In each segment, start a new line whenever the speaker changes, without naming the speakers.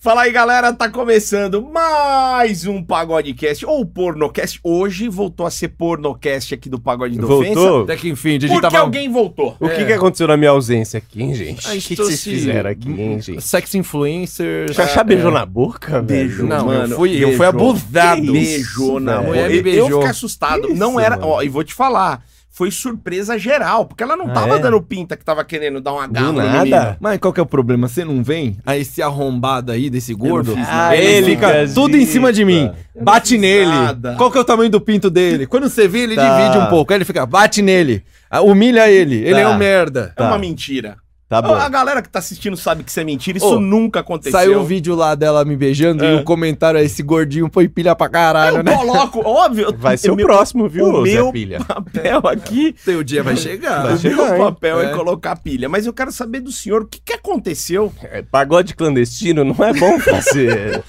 Fala aí, galera, tá começando mais um Pagodecast ou Pornocast. Hoje voltou a ser Pornocast aqui do Pagode do
Voltou?
Até que enfim, Didi
Porque
tava...
alguém voltou.
O que, que aconteceu na minha ausência aqui, hein, gente?
Ah,
O que, que
estou
vocês
assim.
se-
fizeram aqui,
Hum.
hein, gente?
assim. Sex influencers...
Chachá beijou na boca,
é. Beijo,
velho?
Não,
mano.
eu fui, eu fui
Beijou.
abusado.
Beijou na
velho.
boca.
Mulher me
Eu- Eu
beijou.
fiquei assustado.
Que
não
isso,
era,
mano?
ó, e vou te falar, foi surpresa geral, porque ela não
Ah,
tava
é?
dando pinta que tava querendo dar um agarro
Do
no menino.
nada.
Mas qual que é o problema? Você não vem? Aí Ah, esse arrombado aí, desse gordo,
fiz nada.
ele fica
Fica
tudo em cima de mim.
zica.
Bate
fiz
nele.
nada.
Qual que é o tamanho do pinto dele? Quando você vê, ele
Tá.
divide um pouco. Aí ele fica, bate nele. Ah, Humilha ele. Ele
Tá.
é um merda.
É uma
Tá.
mentira.
Tá bom.
A galera que tá assistindo sabe que isso é mentira, isso
Ô,
nunca aconteceu.
Saiu um vídeo lá dela me beijando e o comentário é esse gordinho foi pilha pra caralho,
Eu
né?
coloco, óbvio.
Vai ser
eu
o próximo, viu,
o
Zé
meu-
Pilha?
papel aqui.
Seu dia vai chegar.
Vai
O
chegar,
meu
hein?
papel é.
É.
colocar pilha. Mas eu quero saber do senhor o que, que aconteceu.
É, Pagode clandestino não é bom fazer.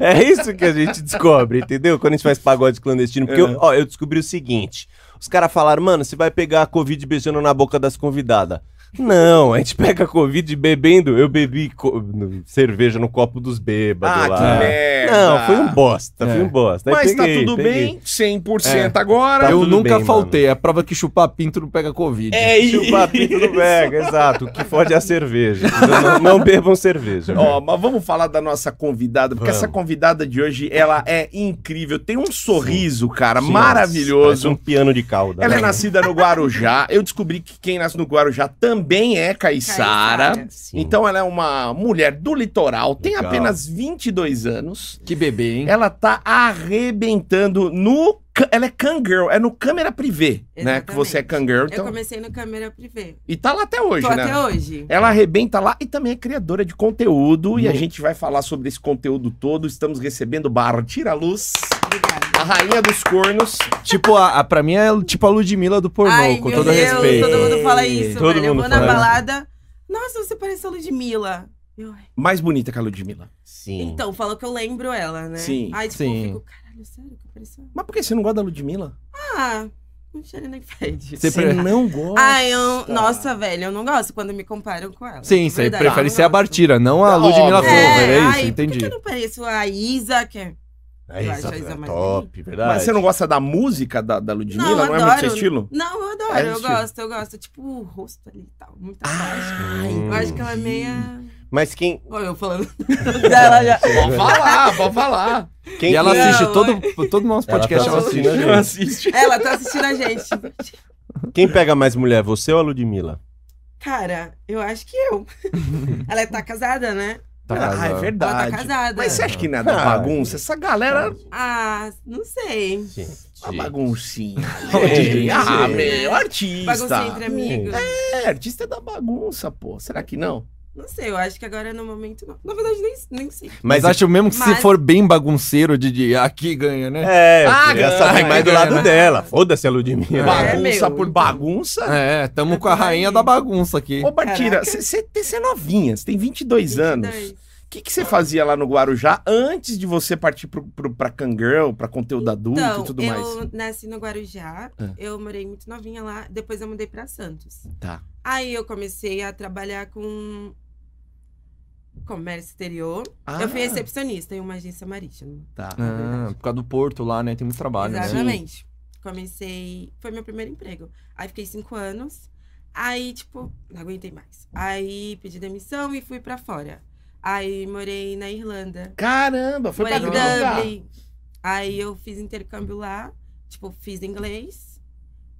é isso que a gente descobre, entendeu? Quando a gente faz pagode clandestino. Porque,
É.
eu, ó, eu descobri o seguinte. Os caras falaram, mano, você vai pegar a Covid beijando na boca das convidadas. Não, a gente pega a Covid bebendo. Eu bebi co- no- cerveja no copo dos bêbados lá.
Ah, merda.
Não, foi um bosta, foi um bosta. Aí
Mas tá
peguei,
tudo
peguei.
bem, 100% agora.
Tá
eu
tudo
nunca
bem,
faltei. É a prova que chupar pinto não pega Covid.
É.
Chupar pinto do Mega, exato. O que fode é a cerveja. Então, não, não bebam cerveja.
Ó, mas vamos falar da nossa convidada, porque
Vamos.
essa convidada de hoje, ela é incrível. Tem um sorriso, cara,
Nossa, parece
maravilhoso.
Um piano de cauda.
Ela é
né?
nascida no Guarujá. Eu descobri que quem nasce no Guarujá também é caiçara.
Caiçara,
sim.
Então ela é uma mulher do litoral, tem
Legal.
apenas 22 anos.
Que bebê, hein?
Ela tá arrebentando no. ca- Ela é cangirl, é no câmera privê, né?
Exatamente.
Que você é cangirl.
Eu
Então...
comecei no câmera privê.
E tá lá até hoje,
Tô
né?
até hoje.
Ela arrebenta lá e também é criadora de conteúdo. E a
Hum.
gente vai falar sobre esse conteúdo todo. Estamos recebendo Bar Tira a Luz,
Obrigada.
a rainha dos cornos.
Tipo, a, a, pra mim é tipo a Ludmilla do pornô,
Ai,
com
meu
todo
Deus,
respeito.
todo mundo fala isso,
Todo
velho. Eu
mundo
vou na
fala isso.
balada. Nossa, você parece a Ludmilla. Eu, ai.
Mais bonita que a Ludmilla.
Sim.
Então, falou que eu lembro ela, né?
Sim,
Ai, tipo,
sim.
eu fico, caralho, sério que apareceu?
Mas por que você não gosta da Ludmilla?
Ah, não cheira nem fede.
Você pre-
não gosta.
Ai, Ah, eu, nossa, velho, eu não gosto quando me comparam com ela.
Sim,
você
você prefere ser a Bartira, não
Tá
a Ludmilla
né?
óbvio.
Flower,
É,
é,
ai,
isso,
Por
entendi.
que que eu não pareço a Isa, que é...
É
Eu
isso,
acho isso
é
mais
top, verdade.
Mas você não gosta da música da, da Ludmilla? Não,
Não,
é muito seu
adoro.
estilo?
Não, eu adoro,
É
eu
estilo.
gosto, eu gosto. Tipo, o rosto ali e tal, muita parte.
Ai,
Eu acho que ela é meia...
Mas quem.
Olha eu falando dela já.
Pode falar, pode falar.
quem
E ela
Não,
assiste
eu-
todo, todo nosso
Ela
podcast,
tá
ela assiste.
assistindo. Não
Assim.
assiste.
Ela tá assistindo a gente.
Quem pega mais mulher, você ou a Ludmilla?
Cara, eu acho que eu. Ela tá casada, né?
Tá
ah, é
casada.
Ela
verdade.
tá casada.
Mas você acha que nada é
Ah,
bagunça? Essa galera
Ah, não sei.
é uma baguncinha.
Gente.
ah, meu, artista.
Baguncinha entre amigos.
tá. É, artista é da bagunça, pô. Será que não?
Não sei, eu acho que agora é no momento não. Na verdade, nem, nem sei.
Mas,
Mas
acho mesmo que se
Mas-
for bem bagunceiro, Didi, aqui ganha, né?
É,
Ah,
ah,
ganha,
essa vai
ganha,
mais do
ganha,
lado
né?
dela. Foda-se a Ludmilla.
É,
bagunça
meu.
por bagunça?
É, tamo com a rainha da bagunça aqui.
Ô, Bartira,
Caraca.
você é novinha, você tem 22 anos.
22.
O que você fazia lá no Guarujá antes de você partir pro, pro, pra Cangirl, pra conteúdo adulto
Então,
e tudo
eu
mais? É.
nasci no Guarujá, eu morei muito novinha lá, depois eu mudei pra Santos.
Tá.
Aí eu comecei a trabalhar com comércio exterior. Eu
Ah.
fui recepcionista em uma agência marítima.
Tá.
Ah, por causa do Porto lá, né? Tem muito trabalho, né?
Exatamente. Comecei. Foi meu primeiro emprego. Aí fiquei cinco anos. Aí, tipo, não aguentei mais. Aí pedi demissão e fui pra fora. Aí morei na Irlanda.
Caramba, foi pra
morei em
grande lugar.
Dublin. Aí eu fiz intercâmbio lá. Tipo, fiz inglês.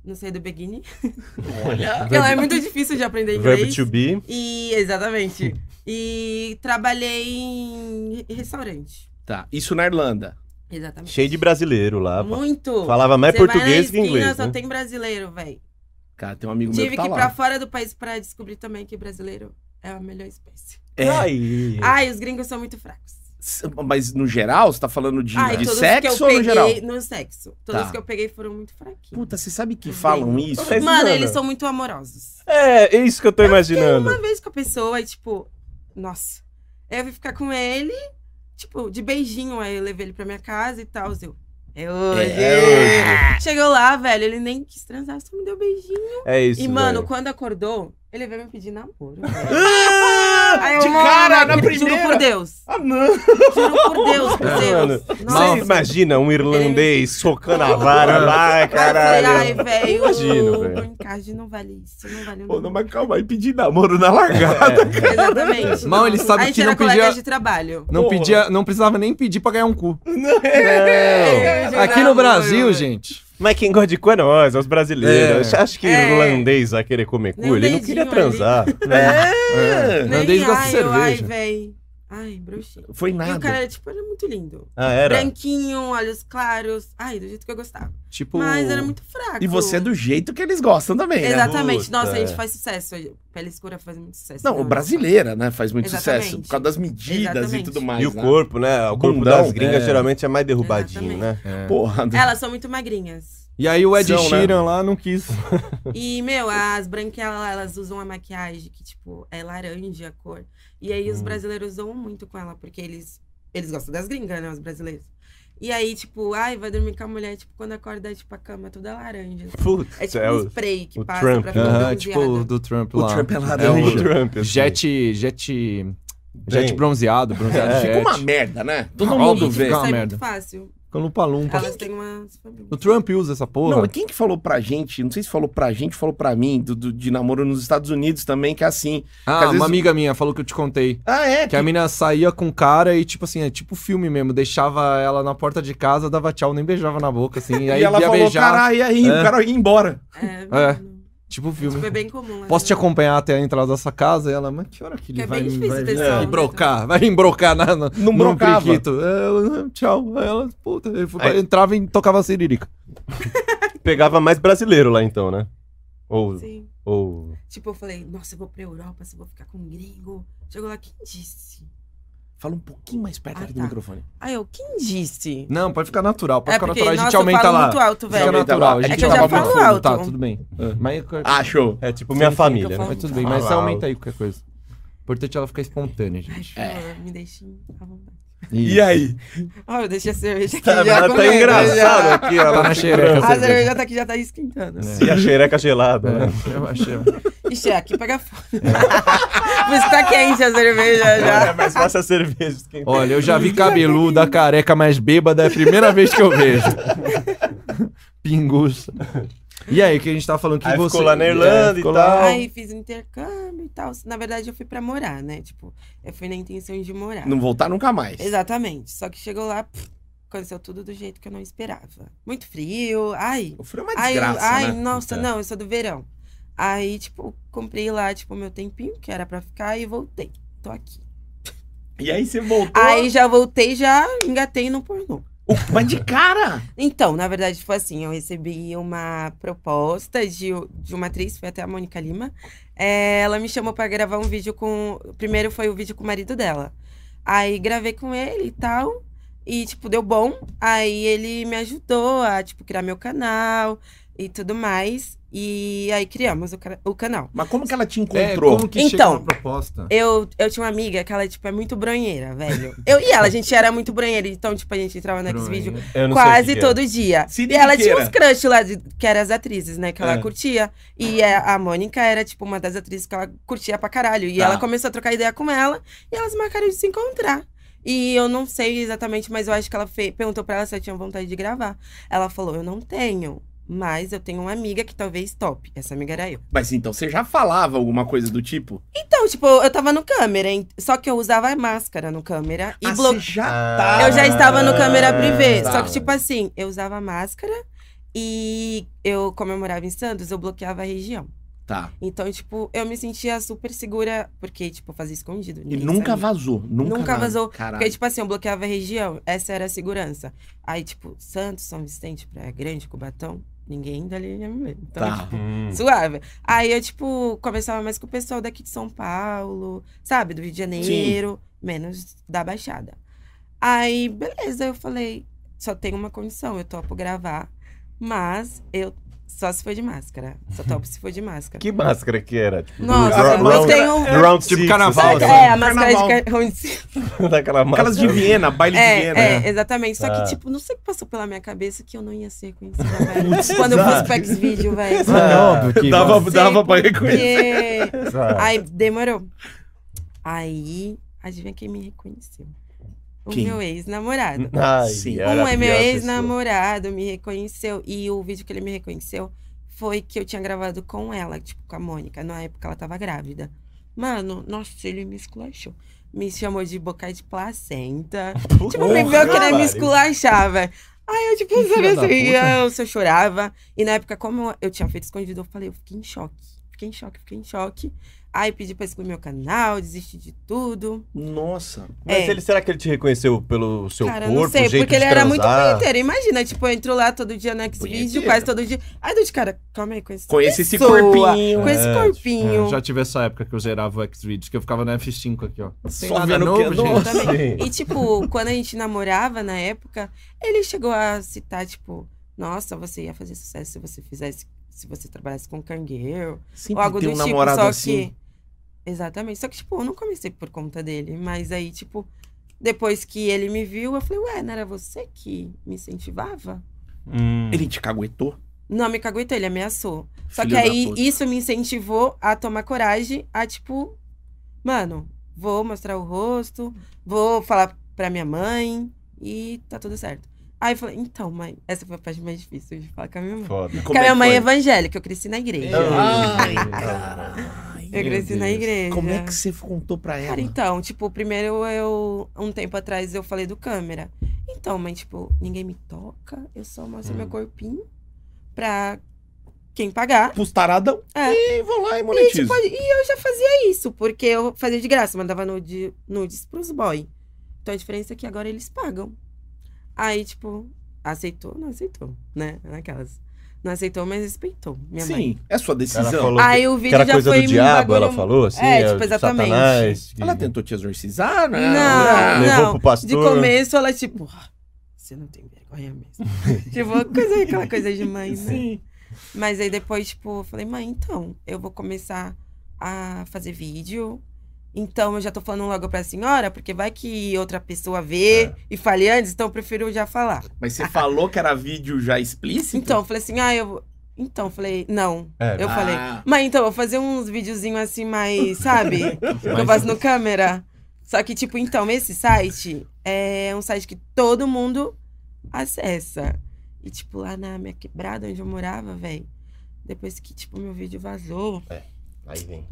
Não sei do beginning.
Olha.
Porque lá é muito difícil de aprender
Verbo
inglês.
to be.
E, exatamente. E trabalhei em restaurante.
Tá, isso na Irlanda.
Exatamente.
Cheio de brasileiro lá. pá.
Muito.
Falava mais
Você vai na
é português que
esquina,
inglês.
Só
né?
tem brasileiro, velho.
Cara, tem um amigo meu
Tive
que tá
que, ir
lá.
pra fora do país pra descobrir também que brasileiro é a melhor espécie.
É.
Aí.
Ai, os gringos são muito fracos.
S- Mas no geral, você tá falando de,
Ai,
de
todos que eu
sexo ou
peguei
no geral?
No sexo. Todos
Tá.
que eu peguei foram muito fraquinhos.
Puta, tá você sabe que falam isso?
Mas,
Mano,
mano,
eles são muito amorosos.
É, é isso que eu tô imaginando.
Uma vez com a pessoa, e tipo, nossa. Aí eu vim ficar com ele, tipo, de beijinho. Aí eu levei ele pra minha casa e tal. Eu, é hoje.
É
Chegou lá, velho, ele nem quis transar, só me deu beijinho.
É isso.
e, mano,
velho.
quando acordou, ele veio me pedir namoro. Aí
Ah,
eu,
de
mano, é
cara, na
Juro
primeira.
por Deus.
Ah, não.
Juro por Deus, por
Mano,
Deus.
você imagina um irlandês socando a vara lá,
Caralho. Ai,
caralho.
velho.
Imagino, velho.
O green card não vale isso, não vale
Pô,
o
não, mas calma aí, pedir namoro na largada.
Exatamente.
Mal ele sabe
Aí
que
tira
não
colegas
podia-
de trabalho.
Não,
Porra.
pedia, não precisava nem pedir pra ganhar um cu.
Não.
Aqui no Brasil, gente.
Mas quem gosta de cu é nós, é os brasileiros.
É.
Acho que
É.
irlandês vai querer comer cu, ele não
Irlandesinho
queria
ali.
transar. né?
É.
Nem,
Irlandês gosta de
ai, eu- Ai,
né? cerveja.
velho. Ai, bruxinho.
Foi
E o
nada.
cara, tipo, era muito lindo.
Ah, era?
Branquinho, olhos claros. Ai, do jeito que eu gostava.
Tipo.
Mas era muito fraco.
E você é do jeito que eles gostam também, né?
Exatamente.
Puta,
Nossa, a
é.
gente faz sucesso. Pele escura faz muito sucesso.
Não, o brasileira, né? Faz muito
Exatamente.
sucesso. Por causa das medidas e
Exatamente.
tudo mais.
E o
né?
corpo, né? O corpo
Bundão.
das gringas
É.
geralmente é mais derrubadinho, né?
É.
Porra.
Elas são muito magrinhas.
E aí o Ed
São, né?
Sheeran lá não quis.
E, meu, as branquelas, elas usam a maquiagem que, tipo, é laranja a cor. E aí os
Hum.
brasileiros zoam muito com ela, porque eles, eles gostam das gringas, né? Os brasileiros. E aí, tipo, ai, vai dormir com a mulher, tipo, quando acorda, é, tipo, a cama toda laranja.
Putz,
É tipo
é
um
o,
spray que
o
passa
Trump, né?
pra ficar
Aham,
bronzeada.
tipo o do Trump
O
lá.
Trump é
é o
laranja.
Trump. assim.
Jet. Jet. Jet
Bem.
bronzeado, bronzeado
É.
Fica
jet.
uma merda, né? Todo
Ah,
mundo
óbvio,
vê.
fica-
sai
merda.
tipo, é muito fácil.
Fica lumpa-lumpa.
Elas têm uma...
O Trump usa essa porra.
Não, mas quem que falou pra gente, não sei se falou pra gente, falou pra mim, do, do- de namoro nos Estados Unidos também, que é assim.
ah,
às
uma
vezes-
amiga minha falou que eu te contei.
Ah, é?
Que a mina saía com o cara e, tipo assim, é tipo filme mesmo. Deixava ela na porta de casa, dava tchau, nem beijava na boca, assim. E aí
e ela
ia
falou,
beijar.
caralho, e aí? O
É.
cara ia embora.
É,
É.
mano,
Tipo
tipo,
filme.
é bem comum. né?
Posso te acompanhar até a entrada dessa casa? E ela, mas que hora que ele
É
vai,
bem difícil
vai,
ter
vai
saldo,
me
né?
brocar? Vai me embrocar na, no,
Não
no
brocava.
priquito. Ela, "Hum, tchau. Aí ela, puta, ele foi-
Aí-
entrava e tocava siririca.
Pegava mais brasileiro lá então, né? Ou.
Sim.
ou...
Tipo, eu falei, nossa, eu vou pra Europa, se eu vou ficar com um gringo. Chegou lá, quem disse?
Fala um pouquinho mais perto
Ah,
aqui do
tá.
microfone.
Aí eu, quem disse?
Não, pode ficar natural, pode
é
ficar
porque,
natural. A gente
nossa, eu
aumenta
falo
lá.
muito alto,
Fica
velho.
Aumenta
natural,
lá.
a
É
gente
que eu já
abaixa
falo
muito fundo,
alto.
Tá, tudo bem. Mas,
Achou.
É tipo minha
Sim, sim,
família, né?
mas tudo bem, mas você aumenta aí qualquer coisa. O importante é ela ficar espontânea, gente.
Ai, fala, me deixem à vontade.
E aí?
Ó, eu deixei a
É,
cerveja aqui.
Tá, mas
já
tá
comendo,
engraçado
já.
aqui, ó.
Tá na xereca.
A cerveja tá aqui, já tá esquentando.
E a xereca gelada, né?
É, eu achei.
Ixi, é aqui pega fogo. Por isso que tá quente a cerveja
É
já.
mais fácil a cerveja esquentar.
Olha, eu já vi cabeluda, careca mais bêbada, é a primeira vez que eu vejo. Pinguça. E aí, o que a gente tá falando que
Aí
você.
ficou lá na Irlanda
ficou
e
lá-
tal.
Aí fiz um intercâmbio e tal. Na verdade, eu fui pra morar, né? Tipo, eu fui na intenção de morar.
Não voltar nunca mais.
Exatamente. Só que chegou lá, pff, aconteceu tudo do jeito que eu não esperava. Muito frio, ai.
O frio é uma
ai,
desgraça,
ai,
né?
nossa,
É.
não, eu sou do verão. Aí, tipo, comprei lá, tipo, meu tempinho que era pra ficar e voltei. Tô aqui.
E aí você voltou,
Aí já voltei, já engatei no pornô.
mas de cara.
Então, na verdade, foi assim, eu recebi uma proposta de, de uma atriz, foi até a Mônica Lima. É, ela me chamou pra gravar um vídeo com. Primeiro foi o vídeo com o marido dela. Aí gravei com ele e tal. E, tipo, deu bom. Aí ele me ajudou a, tipo, criar meu canal e tudo mais. E aí criamos o, ca- o canal.
Mas como que ela te
É,
encontrou?
como que chegou
Então.
a proposta?
Eu, eu tinha uma amiga que ela, tipo, é muito bronheira, velho. Eu e ela, a gente era muito bronheira. Então, tipo, a gente entrava no X-Video
Eu não sei o que
Quase
que é.
todo dia.
Cine
e ela tinha
Piqueira.
uns crush lá, de, que eram as atrizes, né? Que ela
É.
curtia. E é, a, a Mônica era, tipo, uma das atrizes que ela curtia pra caralho. E
Tá.
ela começou a trocar ideia com ela. E elas marcaram de se encontrar. E eu não sei exatamente, mas eu acho que ela fe- perguntou pra ela se eu tinha vontade de gravar. Ela falou, eu não tenho. Mas eu tenho uma amiga que talvez top. Essa amiga era eu.
Mas então você já falava alguma coisa do tipo?
Então, tipo, eu tava no câmera, hein? Só que eu usava máscara no câmera. E
Ah,
blo-
você já
Ah,
tá.
Eu já estava no câmera privê.
tá.
Só que, tipo assim, eu usava máscara e eu, como eu morava em Santos, eu bloqueava a região.
Tá.
Então, tipo, eu me sentia super segura, porque, tipo, eu fazia escondido.
E
ninguém
nunca
sabia.
vazou. Nunca,
Nunca vazou,
Caralho.
Porque, tipo assim, eu bloqueava a região, essa era a segurança. Aí, tipo, Santos, São Vicente, Praia Grande, Cubatão, ninguém dali ia me ver. Então,
Tá.
Hum.
Suave. Aí eu, tipo, conversava mais com o pessoal daqui de São Paulo, sabe? Do Rio de Janeiro, menos da Baixada. Aí, beleza, eu falei, só tem uma condição, eu topo gravar, mas eu só se for de máscara. Só topo se for de máscara.
Que máscara que era? Tipo, do
Nossa,
Round-
eu
round,
tenho. um
round
Tipo
six,
carnaval,
assim,
É, a máscara
Carnaval.
de carro.
Daquela máscara.
Aquelas de Viena, baile de Viena. né?
É, é, exatamente. Só
Ah.
que, tipo, não sei o que passou pela minha cabeça que eu não ia ser conhecida, velho.
Putz,
Quando eu fosse
exato.
pro X-Video, velho.
Ah,
óbvio que.
Dava,
Não sei
dava pra
por
Ah.
reconhecer.
quê.
Exato.
Aí demorou. Aí, adivinha quem me reconheceu? O
Quem?
meu ex-namorado.
Ai,
Sim.
era
um
Hum, a
é meu
pior pessoa.
ex-namorado, me reconheceu. E o vídeo que ele me reconheceu foi que eu tinha gravado com ela, tipo, com a Mônica. Na época ela tava grávida. Mano, nossa, ele me esculachou. Me chamou de boca de placenta. tipo, me viu querendo me esculachar, velho. Aí eu, tipo,
Que
sabe
filha da
assim,
puta.
eu, se eu chorava. E na época, como eu- eu tinha feito escondido, eu falei, eu fiquei em choque. Fiquei em choque, fiquei em choque. Aí pedi pra excluir meu canal, desisti de tudo.
Nossa.
Mas
É.
ele, será que ele te reconheceu pelo seu
Cara, eu
corpo,
não sei,
o jeito
porque
de
ele era muito
transar?
punheteiro. Imagina, tipo, eu entro lá todo dia no X-Video,
Punheteiro.
quase todo dia. Aí eu de cara, calma aí, com esse,
Conhece esse
Pessoa.
corpinho.
com esse
É,
corpinho.
Já tive essa época que eu zerava o Xvideos, que eu ficava na F5 aqui, ó. Sem
Só vendo o que é
Eu
novo.
também.
Sim.
E, tipo, quando a gente namorava na época, ele chegou a citar, tipo, nossa, você ia fazer sucesso se você fizesse, se você trabalhasse com cangueiro, ou
Sempre
algo
tem
do
um
tipo,
namorado
só
assim.
que. Exatamente. Só que, tipo, eu não comecei por conta dele. Mas aí, tipo, depois que ele me viu, eu falei, ué, não era você que me incentivava?
Hum.
Ele te caguetou?
Não, me caguetou, ele ameaçou. Só
Filho
que
da
aí
puta.
isso me incentivou a tomar coragem, a tipo, mano, vou mostrar o rosto, vou falar pra minha mãe e tá tudo certo. Aí eu falei, então, mãe, essa foi a parte mais difícil de falar com a minha mãe.
Foda.
Como
Porque a minha mãe é
que foi?
evangélica, eu cresci na igreja.
Ai,
Ai,
caralho.
eu
meu
cresci na
Deus.
igreja.
Como é que é, você contou pra ela?
Cara, então, tipo, primeiro eu. Um tempo atrás eu falei do câmera. Então, mas, tipo, ninguém me toca, eu só mostro
Hum.
meu corpinho pra quem pagar.
Pros taradão.
É.
E vou lá e
E,
monetizo.
tipo, e eu já fazia isso, porque eu fazia de graça, mandava nude, nudes pros boy. Então a diferença é que agora eles pagam. Aí, tipo, aceitou, não aceitou, né? Naquelas. Não aceitou, mas respeitou. Minha mãe.
Sim, é sua decisão.
Ela falou
Aí o
que,
vídeo
que era
já
coisa
foi
do
um
diabo,
bagulho-
ela falou, assim?
É, tipo,
do
exatamente.
Satanás, que-
Ela tentou te exorcizar? né? Não. "Ah,
Não.
Levou
Não,
pro pastor.
De começo, ela, tipo, "Ah, você não tem vergonha mesmo. tipo, coisa, aquela coisa de mãe, né?
Sim.
Mas aí depois, tipo, eu falei, mãe, então, eu vou começar a fazer vídeo. Então eu já tô falando logo pra senhora, porque vai que outra pessoa vê e fale antes, então eu prefiro já falar.
Mas você falou que era vídeo já explícito?
Então, eu falei assim, ah, eu. vou- Então, eu falei, não.
É,
Eu
Ah.
falei, mãe, então, eu vou fazer uns videozinhos assim, mais, sabe? que eu
Mas-
um
faço no câmera. Só que, tipo, então, esse site é um site que todo mundo acessa. E, tipo, lá na minha quebrada, onde eu morava, velho, depois que, tipo, meu vídeo vazou,
Aí vem.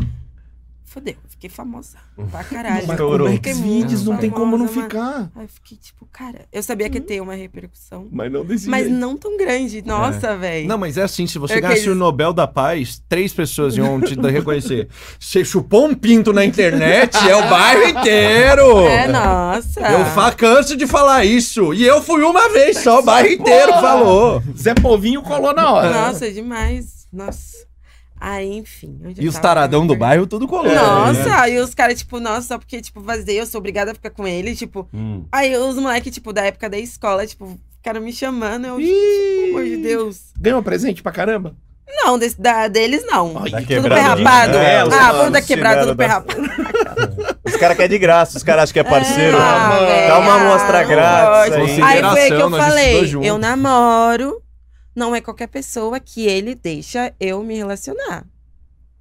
Fodeu, eu fiquei famosa pra caralho.
Mas
Estourou.
como é
Eu
que
fiquei
os
muito
vídeos não tem como não
famosa, mano.
ficar?
Aí eu fiquei tipo, cara, eu sabia que ia ter uma repercussão,
Mas não desse
mas
jeito.
não tão
É.
grande. Nossa, velho.
Não, mas é assim, se você
É que
ganhasse
eles-
o Nobel da Paz, três pessoas iam te dar- reconhecer. Você chupou um pinto na internet, é o bairro inteiro!
É, nossa.
Né? Eu fa canso de falar isso. E eu fui uma vez só, o bairro inteiro
Porra!
falou.
Zé Povinho colou na
né?
hora.
Nossa, é demais. Nossa. Aí, enfim. onde eu
E os
tava?
taradão do bairro tudo colou.
Nossa, e os caras, tipo, nossa, só porque, tipo, vazei, eu sou obrigada a ficar com ele, tipo.
Hum.
Aí os moleque, tipo, da época da escola, tipo, ficaram me chamando, eu, gente, pelo amor de Deus.
Ganhou presente pra caramba?
Não, desse- da, deles não.
Ai, tudo
Da
Tudo
quebrada,
perrapado.
né? É, os
ah,
mano,
bunda
tiraram
quebrada, tudo
da-
perrapado.
Os caras querem de graça, os caras acham que é parceiro.
Ah, mano.
velho,
Dá uma amostra
não
grátis
pode.
aí.
Aí foi que
Consideração,
eu
nós estudamos
falei,
junto.
eu namoro, não é qualquer pessoa que ele deixa eu me relacionar.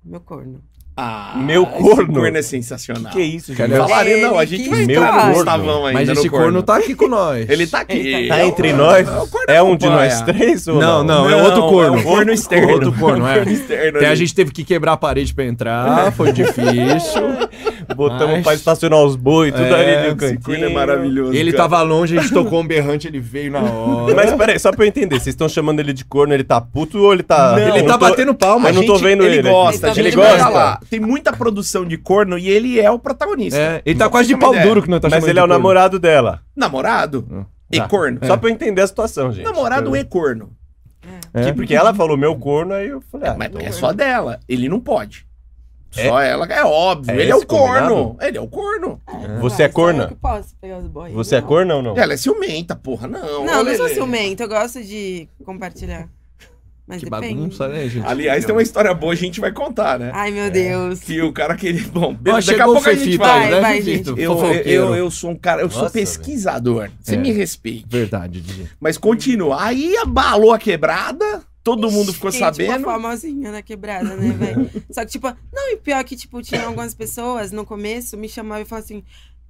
Meu corno.
Ah,
Meu
esse
corno.
corno é
Que
sensacional.
que é isso,
Cara,
gente?
eu-
Falarei, não, a
Ele
gente
que
vai
Meu
entrar no
corno.
Gustavo ainda
Mas
no
esse corno tá aqui com nós.
Ele tá aqui.
Tá entre nós?
É, o corno
É um de
acompanha.
nós três ou
Não, não, é outro corno.
É um corno externo.
Outro corno, é.
Corno externo
Até a
ali.
gente teve que quebrar a parede pra entrar, foi difícil.
Botamos
Mas-
pra estacionar os boi, tudo
É,
ali no
Esse
cantinho.
corno é maravilhoso.
Ele tá-
cara.
tava longe, a gente tocou um berrante, ele veio na hora.
Mas peraí, só pra eu entender, vocês estão chamando ele de corno, ele tá puto ou ele tá.
Não,
ele
eu
tá
tô-
batendo palma.
eu não tô
gente-
vendo ele
Ele
aqui.
gosta,
Ele
gente.
tá
Ele
vendo
gosta.
ele.
lá. Tem muita produção de corno e ele é o protagonista.
É, ele tá quase de pau duro que não tá
Mas
chamando
ele é o
de corno.
namorado dela.
Namorado
Hum.
e
Tá.
corno.
Só pra eu entender a situação, gente.
Namorado e corno.
É.
Que- Porque ela falou meu corno, aí eu falei, ah,
Mas
então-
é só dela. Ele não pode. Só ela. É óbvio.
É
ele é o
esse combinado?
corno. Ele é o corno.
Você é corna?
Eu que posso pegar os boys.
você é
não.
corno ou não?
Ela é ciumenta, porra. Não.
Não, eu não sou
Lelê.
ciumento, eu gosto de compartilhar. Mas
Que
depende.
bagunça, né, gente?
Aliás, tem uma história boa, a gente vai contar, né?
Ai,
É.
meu Deus.
Que o cara que ele. Bom,
Ó,
beleza, daqui a
chegou o
pouco a gente
Fefito
vai.
aí,
Vai,
né,
vai,
Fefito?
Eu, eu, eu, eu sou um cara, eu sou
Nossa,
pesquisador. Você
É.
me respeita.
Verdade, Didi.
Mas continua. Aí abalou a quebrada. Todo mundo ficou
Fiquei,
sabendo.
Tipo, a famosinha na quebrada, né, velho? Só que, tipo, não, e pior que, tipo, tinha algumas pessoas no começo me chamavam e falavam assim: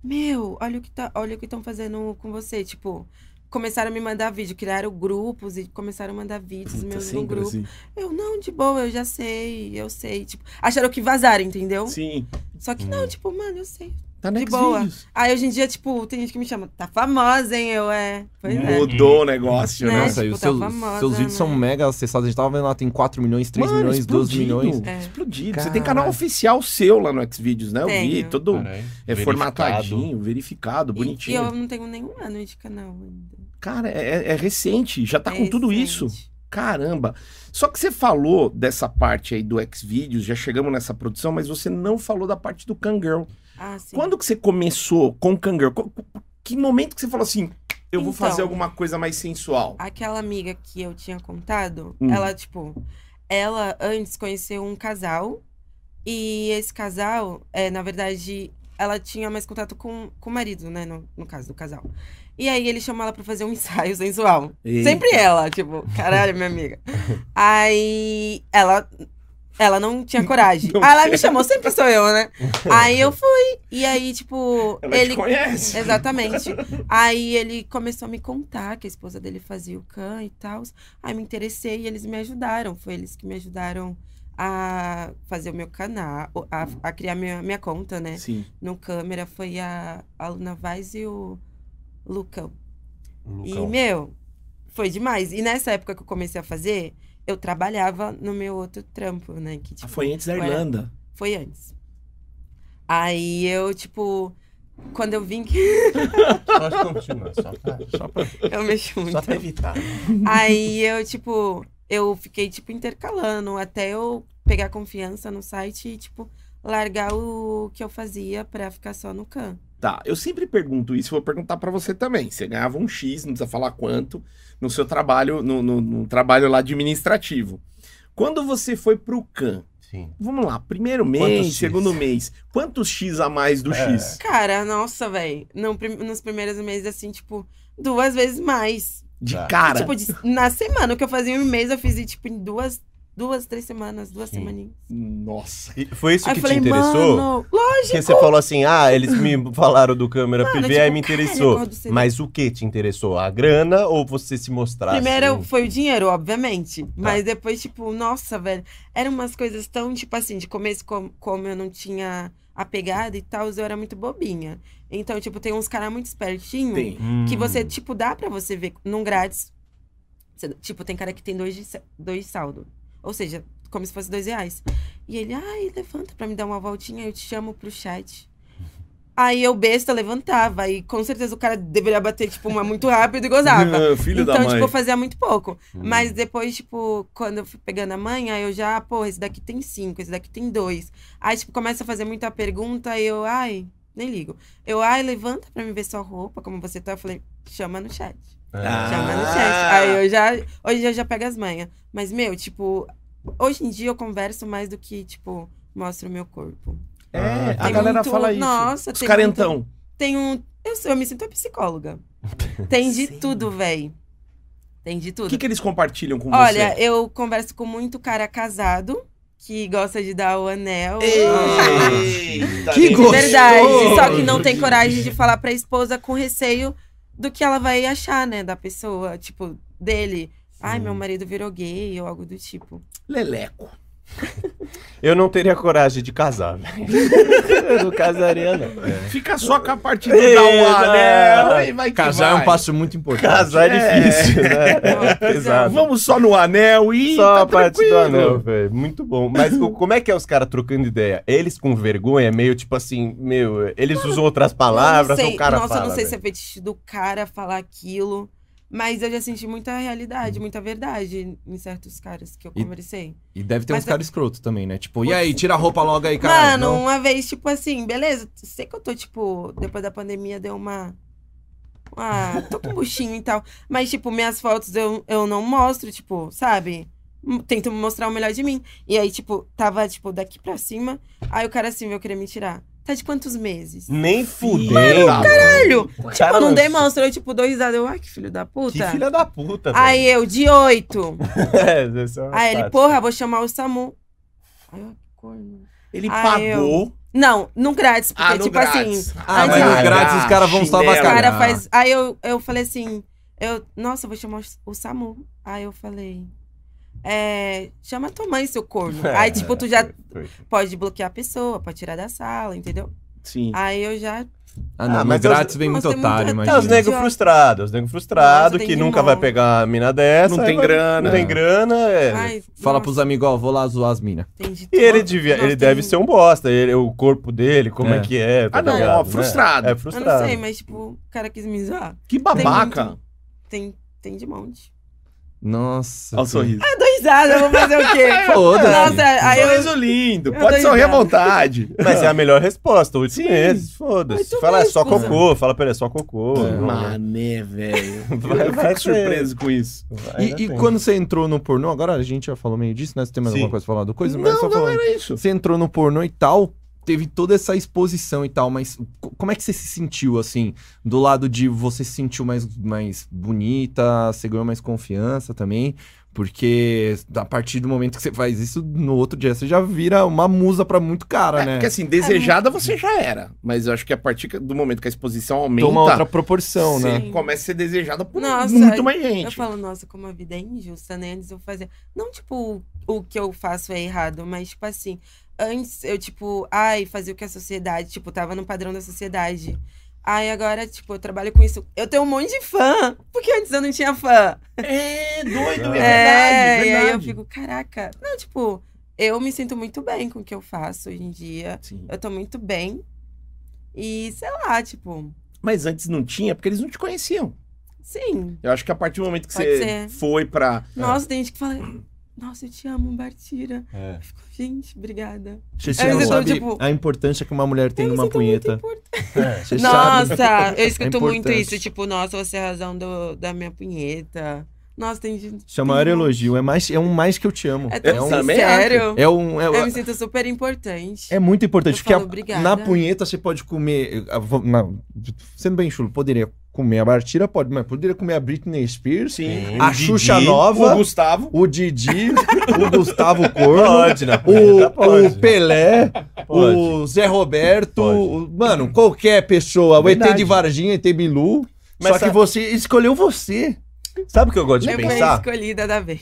Meu, olha o que tá, olha o que estão fazendo com você. Tipo, começaram a me mandar vídeo, criaram grupos e começaram a mandar
Tá
vídeos meus
é
no grupo.
assim.
Eu, não, de boa, eu já sei, eu sei. Tipo, acharam que vazaram, entendeu?
Sim. Hum.
Só que não, tipo, mano, eu sei.
Tá
De boa. Aí hoje em dia, tipo, tem gente que me chama, tá famosa, hein? Eu é. Pois é.
Mudou o negócio, né?
Né?
Nossa, e
tipo,
os
tá
seus,
famosa,
seus vídeos
né?
são mega acessados. A gente tava vendo lá, tem 4 milhões, 3
Mano,
milhões, 12
explodido,
milhões.
É.
Explodido. Você
Caralho.
tem canal oficial seu lá no Xvideos, né? Eu vi,
Tenho.
todo
Caralho,
é
verificado.
formatadinho, verificado,
E-
bonitinho.
é. E eu não tenho nenhum ano de canal ainda.
Cara, é, é recente, já tá
É
com tudo isso.
recente.
Caramba! Só que você falou dessa parte aí do Xvideos, já chegamos nessa produção, mas você não falou da parte do Kangirl.
Ah, sim.
Quando que você começou com o Kangirl? Co- co- Que momento que você falou assim, eu vou
Então.
fazer alguma coisa mais sensual?
Aquela amiga que eu tinha contado,
Hum.
ela, tipo, ela antes conheceu um casal. E esse casal, é, na verdade, ela tinha mais contato com, com o marido, né? No, no caso do casal. E aí ele chamou ela pra fazer um ensaio sensual.
Eita.
Sempre ela, tipo, caralho, minha amiga. Aí ela. Ela não tinha coragem.
Não
aí ela me chamou, sempre sou eu, né? Aí eu fui. E aí, tipo,
Ela te
ele. é,
conhece.
Exatamente. Aí ele começou a me contar que a esposa dele fazia o can e tal. Aí me interessei e eles me ajudaram. Foi eles que me ajudaram a fazer o meu canal, a, a criar minha, minha conta, né?
É. Sim.
No câmera foi a, a Luna Vaz e o Lucão. E,
Lucão.
meu, foi demais. E nessa época que eu comecei a fazer, eu trabalhava no meu outro trampo, né?
Ah,
Que, tipo,
Foi antes da
Ué.
Irlanda.
foi antes. Aí eu, tipo, quando eu vim que
Só continua, só pra, só pra,
eu mexo muito.
só pra evitar.
Aí eu, tipo, eu fiquei, tipo, intercalando até eu pegar confiança no site e, tipo, largar o que eu fazia pra ficar só no can.
Tá, eu sempre pergunto isso, vou perguntar pra você também. Você ganhava um X, não precisa falar quanto, no seu trabalho, no, no- no trabalho lá administrativo. Quando você foi pro CAN,
Sim.
vamos lá, primeiro
Quantos
mês,
X?
segundo mês, quantos X a mais do
É.
X?
Cara, nossa, velho. Nos primeiros meses, assim, tipo, duas vezes mais.
De
Tá.
cara.
Tipo, de- na semana, o que eu fazia em um mês, eu fiz, tipo, em duas, duas, três semanas, duas
Sim.
semaninhas.
Nossa.
E Foi isso
Aí
que
eu falei,
te interessou?
mano, lógico,
Porque você falou assim, ah, eles me falaram do câmera
Mano,
privê,
tipo,
aí me
caralho,
interessou.
acordo cedo.
Mas o que te interessou? A grana ou você se mostrar?
Primeiro
assim?
foi o dinheiro, obviamente. Mas depois, tipo, nossa, velho. Eram umas coisas tão, tipo assim, de começo, com- como eu não tinha a pegada e tal, eu era muito bobinha. Então, tipo, tem uns caras muito espertinhos
Tem.
que
Hum.
você, tipo, dá pra você ver num grátis. Você- tipo, tem cara que tem dois de, sa- dois de saldo. Ou seja, como se fosse dois reais. E ele, ai, levanta pra me dar uma voltinha, eu te chamo pro chat. Aí eu, besta, levantava. E com certeza o cara deveria bater, tipo, uma muito rápido e gozava
Ah, filho
então,
da mãe. Hum.
tipo, eu fazia muito pouco. Mas depois, tipo, quando eu fui pegando a mãe, aí eu já, pô, esse daqui tem cinco, esse daqui tem dois. Aí, tipo, começa a fazer muita pergunta, aí eu, ai, nem ligo. Eu, ai, levanta pra me ver sua roupa, como você tá. Eu falei, chama no chat. Chama no
Ah.
chat. Aí eu já. Hoje eu já pego as manhas. Mas, meu, tipo, hoje em dia eu converso mais do que, tipo, mostro o meu corpo.
É, a
Tem
galera
muito-
fala isso.
Nossa,
Os então,
tem
carentão.
Tem um. Eu, sou- eu me sinto uma psicóloga. Tem de tudo, véi. Tem de tudo.
O que, que eles compartilham com
Olha,
você?
eu converso com muito cara casado que gosta de dar o anel. Ah,
Eita,
Que
nem-
gostoso!
Verdade. Só que não tem coragem de falar pra esposa com receio do que ela vai achar, né? Da pessoa, tipo, dele. Ai, meu marido virou gay ou algo do tipo.
Leleco.
Eu não teria coragem de casar, né? velho. eu não casaria, não.
Fica só com a parte do dar um anel. e Vai que
Casar é
vai.
um passo muito importante.
Casar é difícil, né?
Não,
É pesado.
Vamos só no anel e.
Só
tá
a parte
tranquilo.
do anel, velho. Muito bom. Mas o- como é que é os caras trocando ideia? Eles com vergonha, meio tipo assim, meu, eles usam outras palavras,
Eu não
ou
sei-
o cara
Nossa,
fala.
eu não sei se
velho.
é fetiche do cara falar aquilo. Mas eu já senti muita realidade, muita verdade em certos caras que eu
E-
conversei.
E deve ter
Mas
uns
é-
caras escroto também, né? Tipo, e aí, tira a roupa logo aí, cara.
Mano, uma vez, tipo assim, beleza, sei que eu tô, tipo, depois da pandemia deu uma. Ah, tô com buchinho e tal. Mas, tipo, minhas fotos eu, eu não mostro, tipo, sabe? M- Tento mostrar o melhor de mim. E aí, tipo, tava, tipo, daqui pra cima. Aí o cara assim veio querer me tirar. Tá de quantos meses?
Nem fudendo.
Caralho!
Hum, Cara,
Tipo, não demonstrou, tipo, dois dados. Eu, ai, que filho da puta.
Que filha da puta,
Aí eu, de oito.
velho. É, esse é um
Aí ele,
fato.
porra, vou chamar o SAMU. Aí eu, corno.
Ele
Ah,
pagou.
Não, não grátis, porque,
Ah, no
tipo
grátis.
assim,
Ah, mas
Ah,
no grátis os caras vão só
chinelo.
o
Ela-
cara
avacalhar.
faz. Aí eu, eu falei assim, eu, nossa, eu vou chamar o- o SAMU. Aí eu falei, é, chama tua mãe, seu corno.
É.
Aí, tipo, tu já
Foi.
pode bloquear a pessoa, pode tirar da sala, entendeu?
Sim.
Aí eu já.
Ah, não,
Ah,
no
mas é os-
grátis vem muito
Nossa, tem muito
otário,
otário.
É os
Imagina.
imagina.
negros frustrados, os negros frustrados,
Nossa, tem
que
limão.
nunca vai pegar a mina dessa.
Não tem
aí vai-
grana.
Não tem grana, é.
Ai,
Fala
nossa,
pros amigos, ó, vou lá zoar as minas.
tem de
E ele
tudo.
devia,
Nossa,
ele
tem-
deve ser um bosta, ele- o corpo dele, como é,
É.
que é. tá
Ah, não,
ligado,
ó,
né?
frustrado.
É
Eu
frustrado.
não sei, mas, tipo, o cara quis me zoar.
Que babaca.
Tem, tem de monte.
Nossa.
Olha o sorriso.
Dois dados, eu vou fazer o quê?
Foda-se.
Nossa, aí Ah, eu.
sorriso lindo.
eu
Pode
dou
sorrir à
risada.
vontade.
Mas é a melhor resposta, oito
Sim.
meses, foda-se.
Oito
Fala, é
meses,
só
cuzão.
cocô, fala pra ele, é só cocô.
Que
não,
mané, velho.
Vai-
Eu
vai
fico
ser.
surpreso com isso.
vai,
E,
ainda
e
tem.
quando você entrou no pornô, agora a gente já falou meio disso, né? Você tem mais
Sim.
alguma coisa pra falar do coisa?
não,
mas só
não é.
falando.
era isso.
Você entrou no pornô e tal, teve toda essa exposição e tal, mas co- como é que você se sentiu, assim? Do lado de você se sentiu mais, mais bonita, você ganhou mais confiança também? Porque a partir do momento que você faz isso, no outro dia você já vira uma musa pra muito cara,
É,
né?
Porque assim, desejada você já era. Mas eu acho que a partir do momento que a exposição aumenta,
Toma outra proporção,
você
né?
né?
começa a ser desejada por
Nossa,
muito mais
Eu
gente.
falo, nossa, como a vida é injusta, né? Antes eu fazia. Não, tipo, o o que eu faço é errado, mas, tipo assim, antes eu, tipo, ai, fazia o que a sociedade, tipo, tava no padrão da sociedade. Ai, agora, tipo, eu trabalho com isso. Eu tenho um monte de fã, porque antes eu não tinha fã.
É doido, é,
é,
verdade,
e aí eu
verdade.
fico, caraca. Não, tipo, eu me sinto muito bem com o que eu faço hoje em dia.
Sim.
Eu tô muito bem. E, sei lá, tipo,
Mas antes não tinha, porque eles não te conheciam.
sim.
Eu acho que a partir do momento que
Pode
você
ser.
foi pra.
Nossa, tem gente que fala, nossa, eu te amo, Bartira.
É.
Eu fico, gente, obrigada.
Você
É, então, tipo- é,
a importância que uma mulher tem
Eu me
numa
sinto muito
punheta.
importante.
Você sabe.
Nossa, eu escuto muito
importante.
isso, tipo, nossa, você é a razão do- da minha punheta. Nossa, tem gente.
Isso é o maior elogio. É, mais, é um mais que eu te amo.
É tão
Eu também
sincero.
É um. É,
Eu me sinto super importante.
É muito importante,
Eu
porque a-
falo, "Obrigada".
na punheta você pode comer. a- vo- na- sendo bem chulo, poderia comer a Bartira, pode, mas poderia comer a Britney Spears,
Sim.
a
O
Xuxa
um Didi,
O
Nova,
Gustavo.
o Didi, o Gustavo Corno,
Pode, né?
o,
pode.
o Pelé,
Pode.
o Zé Roberto,
Pode.
o- mano, qualquer pessoa, o ET
Verdade.
de Varginha, ET Bilu.
Mas
só
sa-
que você escolheu você.
Sabe o que eu gosto de
Eu fui
pensar?
a escolhida da vez.